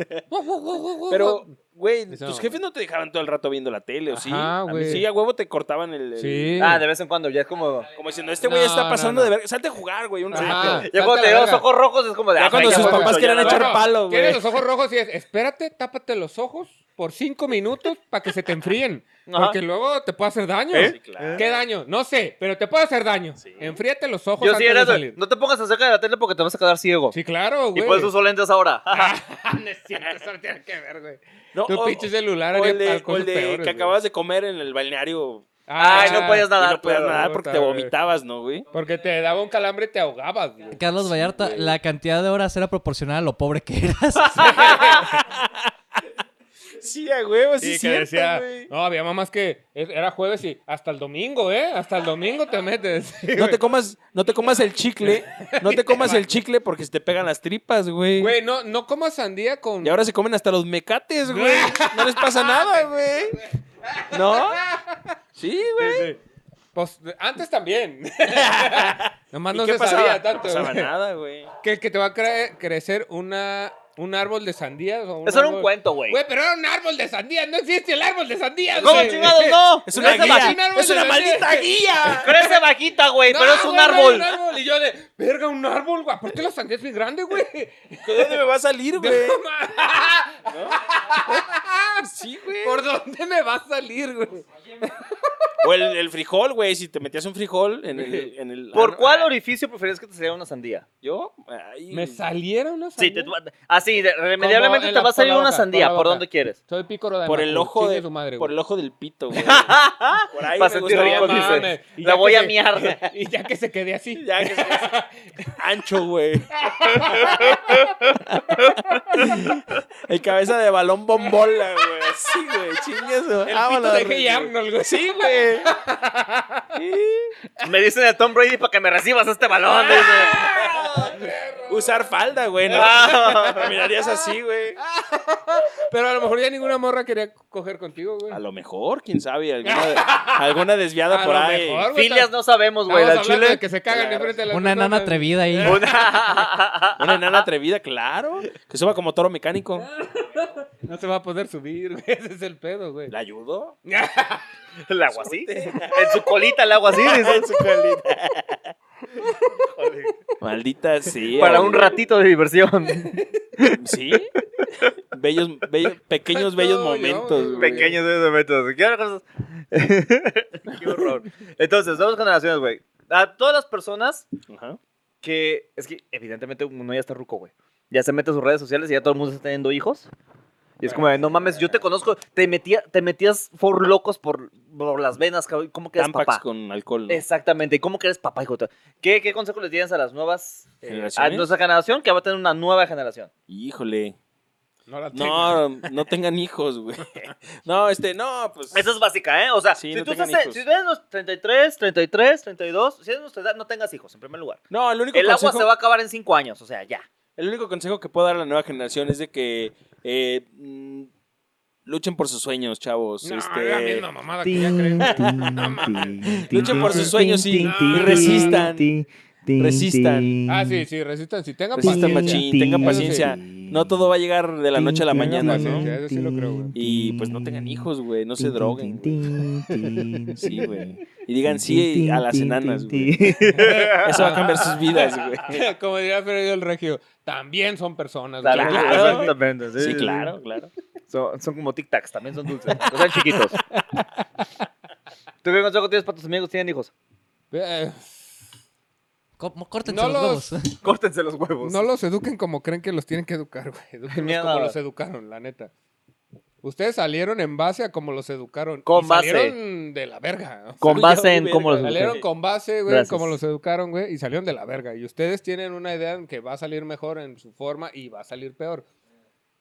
Pero, güey, Eso. tus jefes no te dejaban todo el rato viendo la tele, ¿o sí? Ajá, A mí güey. Sí, a huevo te cortaban el... el- Sí. Ah, de vez en cuando, ya es como... Como diciendo, este güey No, está no, pasando no. de verga. Salte a jugar, güey, un Ajá. rato. Ya Salta cuando te la llegan los verga. ojos rojos es como de... Ya "Ah, cuando ya sus fue papás mucho, ya quieran no". echar Bueno, palo, güey. Tienes los ojos rojos y es, espérate, tápate los ojos por cinco minutos para que se te enfríen. Ajá. Porque luego te puede hacer daño. ¿Eh? Sí, claro. ¿Qué daño? No sé, pero te puede hacer daño. Enfríate los ojos Yo sí antes era de eso, salir. No te pongas cerca de la tele porque te vas a quedar ciego. Sí, claro, y güey. Ah, puedes usar lentes ahora. No es cierto, eso no tiene que ver, güey. No, Tu o- pinche celular o haría el de, para o cosas el de peores, que güey. acabas de comer en el balneario. Ay, no podías Y nadar. no podías pero- nadar porque te puta, güey. vomitabas, ¿no, güey? Porque te daba un calambre y te ahogabas, güey. Carlos Vallarta, la cantidad de horas era proporcional a lo pobre que eras. Sí, a huevo, Sí, que decía, no, había mamás que es- era jueves y hasta el domingo, ¿eh? Hasta el domingo te metes. Sí, No güey. te comas, no te comas el chicle, no te comas el chicle porque se te pegan las tripas, güey. Güey, no, no comas sandía con... Y ahora se comen hasta los mecates, güey. No les pasa nada, güey. ¿No? Sí, güey. Pues antes también. Nomás ¿Y no qué se pasaba? sabía tanto. Ah, No pasaba güey. nada, güey. Que, que te va a cre- crecer una, un árbol de sandías. o Eso era un árbol- cuento, güey. Güey, pero era un árbol de sandías. No existe el árbol de sandías. ¿Cómo güey. chingados no? Es una Crece guía. bajita, un árbol guía. Es de una la maldita guía. Crece bajita, güey, No, pero es un güey, no hay árbol. árbol. Y yo de, verga, un árbol, güey. ¿Por qué la sandía es bien grande, güey? ¿De dónde me va a salir, güey? No mames. Sí, güey. ¿Por dónde me va a salir, güey? O el, el frijol, güey. Si te metías un frijol en el. En el ¿Por ah, cuál orificio preferías que te saliera una sandía? Yo. Ay, Me saliera una Sí, sandía. te, así, de- remediablemente en te la- va a por salir la una boca, sandía, por la por boca. donde quieres. Soy pícoro de por el Macul, ojo chingue de, su madre, por güey. el ojo del pito, güey. Por ahí Va a me sentir gusta. rico, No dice. mames. mames. Y La ya voy que a se- miar. Y ya que se quede así. Ya que se- ancho, güey. el cabeza de balón bombola, güey. Sí, güey. Chingas. El pito de Hey Arnold, güey. Sí, güey. Me dicen a Tom Brady para que me recibas este balón. dice. Usar falda, güey, ¿no? Ah. Caminarías así, güey. Pero a lo mejor ya ninguna morra quería coger contigo, güey. A lo mejor, quién sabe, alguna, alguna desviada A por lo ahí. mejor, güey. Filias no sabemos, güey. Al Estamos hablando chile. de que se cagan enfrente de las Una nana personas. atrevida ahí. Una enana atrevida, claro. Que suba como toro mecánico. No se va a poder subir, güey. Ese es el pedo, güey. ¿La ayudo? El agua así. En su colita el agua así. dice. Maldita sí. Para un ratito de diversión. Sí. Bellos, bellos- pequeños, Exacto, bellos yo, momentos. güey. güey. Pequeños de momentos. ¿Qué otra cosa? Qué horror. Entonces, dos generaciones, güey. A todas las personas Ajá. que es que evidentemente uno ya está ruco, güey. Ya se mete a sus redes sociales y ya todo el mundo está teniendo hijos. Y es como, de, no mames, yo te conozco. Te, metía, te metías for locos por, por las venas, cabrón. ¿Cómo que eres Tampax papá? con alcohol. ¿no? Exactamente. ¿Y cómo que eres papá, hijo? de tu- ¿Qué, ¿Qué consejo les tienes a las nuevas eh, a ¿Generaciones? nuestra generación que va a tener una nueva generación? Híjole. No la tengo. No, no tengan hijos, güey. No, este, no, pues. Esa es básica, ¿eh? O sea, Sí, si, no tú tengan estás, en- hijos. si tú eres los 33, 33, 32, si eres nuestra edad, no tengas hijos, en primer lugar. No, el único El agua consejo. se va a acabar en 5 años, o sea, ya. El único consejo que puedo dar a la nueva generación es de que eh, mm, luchen por sus sueños, chavos. No, este, la misma mamada que ya creen. No mames. luchen por sus sueños y, tin, y tin, resistan. Resistan. Ah, sí, sí, resistan. Si tengan Resistan, paciencia. machín. Tengan Eso sí. paciencia. No todo va a llegar de la noche a la Tengan mañana, ¿no? paciencia, Eso sí lo creo, güey. Y pues no tengan hijos, güey. No se droguen. güey. Sí, güey. Y digan sí a las enanas, güey. Eso va a cambiar sus vidas, güey. Como diría Freddy el Regio, también son personas. güey. Claro, Claro. exactamente, Sí, claro, claro. Son, son como tic tacs, también son dulces. O sea, chiquitos. ¿Tú qué consejo tienes para tus amigos que tienen hijos? Eh, ¿Cómo? Córtense No los- los, huevos. Córtense los huevos. No los eduquen como creen que los tienen que educar, güey. Edúquenlos Mierda. como los educaron, la neta. Ustedes salieron en base a como los educaron. Con Y base. Salieron de la verga. o Con base en cómo los Salieron con base, güey, Gracias. como los educaron, güey, y salieron de la verga. Y ustedes tienen una idea en que va a salir mejor en su forma y va a salir peor.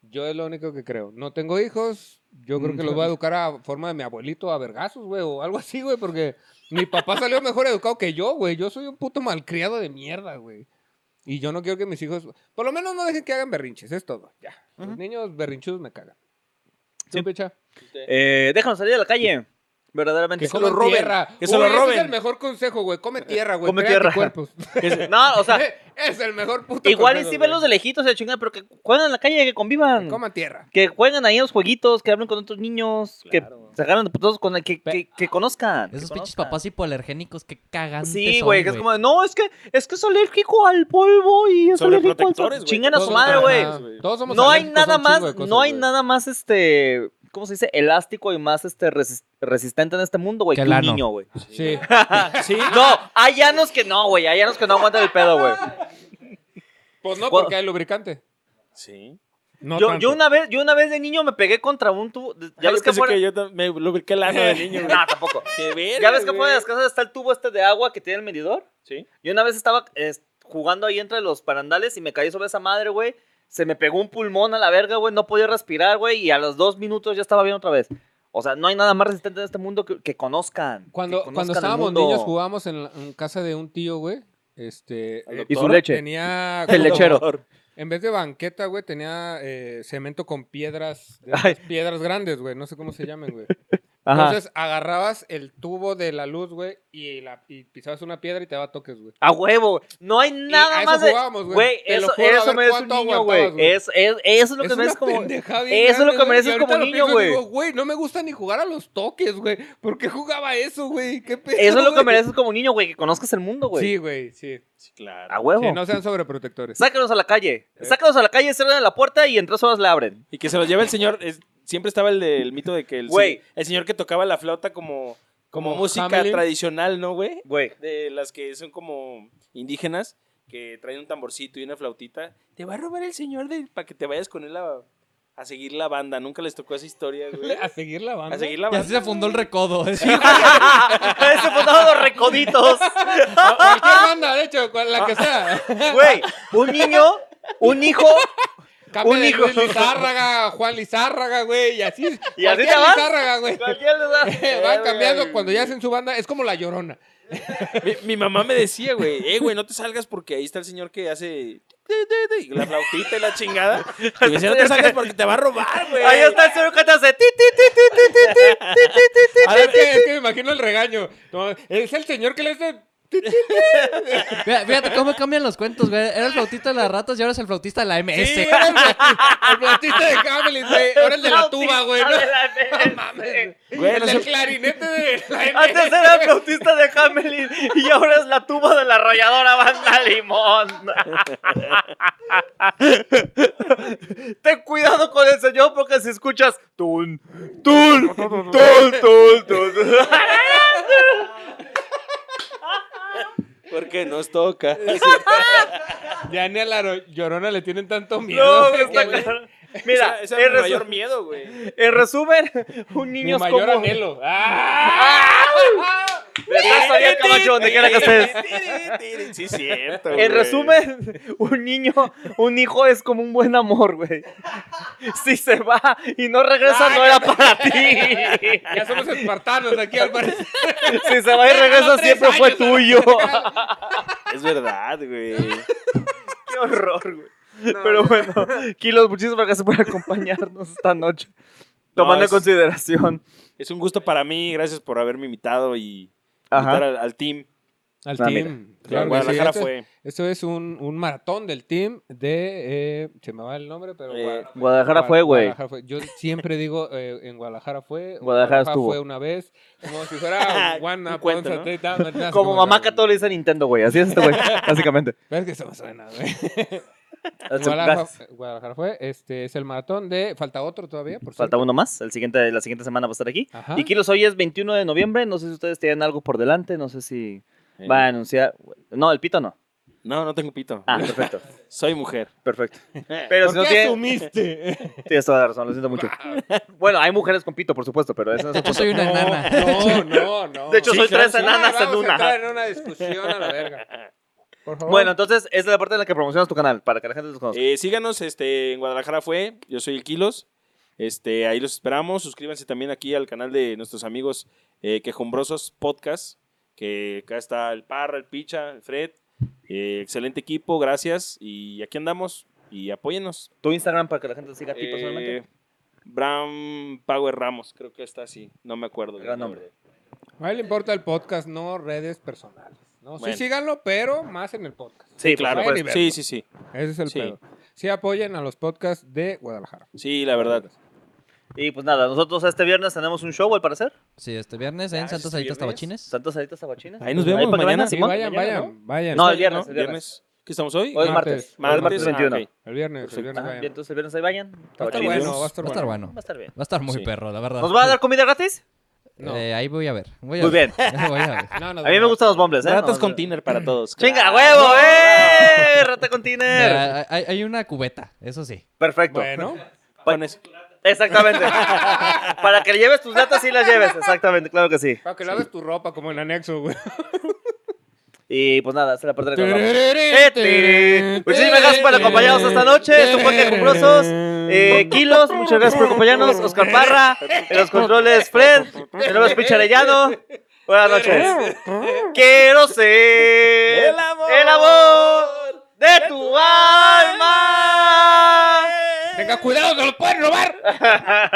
Yo es lo único que creo. No tengo hijos. Yo Mm, creo que los voy a educar a forma de mi abuelito a vergazos, güey, o algo así, güey, porque mi papá salió mejor educado que yo, güey. Yo soy un puto malcriado de mierda, güey. Y yo no quiero que mis hijos, por lo menos no dejen que hagan berrinches, es todo, ya. Los niños berrinchudos me cagan. ¿Tú, picha? Eh, déjanos salir a la calle. Verdaderamente. Que se lo roben. Que se lo roben. Ese es el mejor consejo, güey. Come tierra, güey. Come Come tierra. tierra. Cuerpos. No, o sea, es el mejor puto igual y consejo, sí güey. velos de lejitos y la chingada, pero que jueguen en la calle, que convivan. Coman tierra. Que jueguen ahí en los jueguitos, que hablen con otros niños, que se agarren de putos con el que, que, que conozcan. que Esos pinches conozcan. papás hipoalergénicos que cagan. Sí, güey, que es como, de, no, es que es que es alérgico al polvo y es Sobre alérgico al protectores, sol. güey. Chingan a Todos su son madre, güey. alérgicos, güey. Todos somos No hay alérgicos a nada un chingo más, de cosas, no hay güey. nada más este, ¿cómo se dice? Elástico y más este resis- resistente en este mundo, güey, Que que, el un ano. niño, güey. Sí. Sí. No, hay llanos que no, güey, hay llanos que no aguantan el pedo, güey. Pues no, ¿Cuál? porque hay lubricante. Sí. No Yo, tanto. yo una vez, yo una vez de niño me pegué contra un tubo, de- ya Ah, yo ves que pensé fuera... yo tam- me lubriqué el ano de niño, güey. No, tampoco. Qué verga, Ya ves que güey. fuera de las casas está el tubo este de agua que tiene el medidor. Sí. Yo una vez estaba es, jugando ahí entre los parandales y me caí sobre esa madre, güey. Se me pegó un pulmón a la verga, güey. No podía respirar, güey. Y a los dos minutos ya estaba bien otra vez. O sea, no hay nada más resistente en este mundo que, que conozcan. que Cuando, conozcan cuando el estábamos mundo. niños jugábamos en, la- en casa de un tío, güey. Este, el Y su doctor leche. Tenía El lechero. En vez de banqueta, güey, tenía eh, cemento con piedras, de Ay. esas piedras grandes, güey. No sé cómo se llaman, güey. Ajá. Entonces agarrabas el tubo de la luz, güey, y, la- y pisabas una piedra y te daba toques, güey. A huevo. No hay Y nada a más eso de. jugábamos, Güey, Te lo eso, juro, a eso ver merece un cuánto niño, aguantas, güey. Es, es, eso es lo que Es me una es como. pendejada bien Eso es lo grande, que güey, mereces y ahorita como lo niño, pienso y güey. digo, Güey, no me gusta ni jugar a los toques, güey. ¿Por qué jugaba eso, güey? ¿Qué pedo, Eso es lo que güey? mereces como niño, güey. Que conozcas el mundo, güey. Sí, güey, sí. Sí, claro. A huevo. Que no Eh. sean sobreprotectores. Sáquenos a la calle. Sáquenos a la calle, cierran la puerta y en tres horas la abren. Y que se los lleve el señor. es- siempre estaba el del mito de que el, Güey. se- el señor que tocaba la flauta como, como Como música Hamelin. tradicional, ¿no, güey? Güey. De las que son como indígenas, que traen un tamborcito y una flautita. Te va a robar el señor para que te vayas con él a, a seguir la banda. Nunca les tocó esa historia, güey. A seguir la banda. A seguir la Y banda. así se fundó el recodo. ¿eh? Se fundaron los recoditos. Cualquier banda, de hecho, cual- Ah. la que sea. Güey, un niño, un hijo. Cambia Un de hijo. Luis Lizárraga, Juan Lizárraga, güey, y así. Y así cualquier te vas. Eh, Lizárraga, güey. Cualquier lugar. Van cambiando cuando ya hacen su banda. Es como la llorona. Mi, mi mamá me decía, güey, eh, güey, no te salgas porque ahí está el señor que hace y la flautita y la chingada. Y me decía, no te salgas porque te va a robar, güey. Ahí está el señor que te hace. ti, ti, ti, ti, ti, ti, ti, ti, ti, ti, ti. A ver, es que, es que me imagino el regaño. No, es el señor que le hace. Mira, Fíjate cómo cambian los cuentos, güey. Era el flautista de las ratas y ahora es el flautista de la MS. Sí, era el, el platista de Hamelin, güey. Ahora el de la tuba, güey. ¿no? Adelante. No mames. Güey, el no del sé- clarinete de la Antes MS, era el güey. flautista de Hamelin y ahora es la tuba de la arrolladora banda limón. Ten cuidado con el señor porque si escuchas tun, tun, tun, tun, tun. Porque nos toca. Ya ni a la llorona le tienen tanto miedo. No, güey, está que- cabrón. Mira, Ese en, era mi resu- mayor miedo, güey. en resumen, un Mi niño es mayor como... anhelo. ¡Ah! Me estás todavía, Camacho, donde quiera que Este, estés. Sí, cierto, güey. En resumen, un niño, un hijo es como un buen amor, güey. Si se va y no regresa, no era para ti. Ya somos espartanos aquí al parecer. Si se va y regresa, Tres siempre fue años. tuyo. Es verdad, güey. Qué horror, güey. Pero bueno, Kilos, muchísimas gracias por acompañarnos esta noche. Tomando No, en es- consideración. Es un gusto para mí. Gracias por haberme invitado y invitar Ajá. al, al team. Al Ah, team. Claro que sí. Guadalajara Esto- fue. Esto es un, un maratón del team de. eh, se me va el nombre, pero. Eh, Guadalajara- Guadalajara fue, güey. Guadalajara fue. Yo siempre digo, eh, en Guadalajara fue. Guadalajara estuvo. fue una vez. Como si fuera Un One Up, cuento, Once, ¿no? Tate, Down, Down, Down, Como Down, mamá Down. católica le dice Nintendo, güey. Así es este, güey. Básicamente. Es que se me suena, güey. Guadalajara, Gracias. fue- Guadalajara fue. Este es el maratón de. Falta otro todavía, por Falta cierto. uno más. El siguiente, la siguiente semana va a estar aquí. Ajá. Y Kilos, hoy es 21 de noviembre. No sé si ustedes tienen algo por delante. No sé si va a anunciar. No, el pito no. eh, No, no tengo pito. Ah, perfecto. Soy mujer. Perfecto. Pero si ¿Por no qué tiene. asumiste? Tienes toda la razón, lo siento mucho. Bueno, hay mujeres con pito, por supuesto, pero eso no es un Yo soy una enana. No, Ah, no, no. De hecho, soy claro, tres sí. enanas Vamos en una. a entrar en una discusión a la verga. Por favor. Bueno, entonces esa es la parte en la que promocionas tu canal, para que la gente los conozca. Eh, síganos, este, en Guadalajara fue. Yo soy el Kilos. Este, ahí los esperamos. Suscríbanse también aquí al canal de nuestros amigos eh, Quejumbrosos Podcast. Que acá está el Parra, el Picha, el Fred. Eh, excelente equipo, gracias. Y aquí andamos. Y apóyennos. Tu Instagram para que la gente te siga a ti Eh, personalmente. Bram Power Ramos, creo que está así. No me acuerdo. del Gran nombre. A él le importa el podcast, no redes personales. No, Bueno. Sí, síganlo, pero más en el podcast. Sí, Claro, Buen pues, nivel. sí, sí, sí. Ese es el Sí. pedo. Sí, apoyen a los podcasts de Guadalajara. Sí, la verdad. Y pues nada, nosotros este viernes tenemos un show, al parecer. Sí, este viernes en Ya, Santa este Sarita viernes. Tabachines. Santos Aditas Tabachines. Ahí nos vemos para que mañana. vengan, Sí, Simón. vayan, Mañana, vayan, vayan. No, No, el viernes, ¿no? el viernes. ¿Qué estamos hoy? Hoy es Martes. martes. Hoy es martes Martes, ah, 21. ok. el viernes, el Perfecto. viernes Ajá, vayan. y entonces el viernes ahí vayan. Va a estar Tabachines. bueno, va a estar Va a estar bueno. bueno. Va a Va estar bien. a estar muy Sí. perro, la verdad. ¿Nos va a dar comida gratis? No. Eh, ahí voy a ver. Voy a Muy ver. bien. Voy a ver. No, nos A mí me vemos. gustan los bombles, ¿eh? Ratas Ah, No, con no. Tiner para todos. ¡Chinga, Ah, Claro. huevo, eh! ¡Rata con tiner! Mira, hay, hay una cubeta, eso sí. Perfecto. Bueno, Con eso. Exactamente. para que lleves tus latas y las lleves. Exactamente, claro que sí. para que laves tu ropa como en anexo, güey. Y pues nada, esta es la parte de la que nos vamos. Eh, tiri. Muchísimas Muchísimas gracias por acompañarnos esta noche. Esto fue Quejumbrosos. Eh, Kilos, muchas gracias por acompañarnos. Oscar Parra, en los controles Fred, el nuevo speech Arellano. Buenas noches. Quiero ser el amor, de tu alma. Tenga cuidado, no lo pueden robar.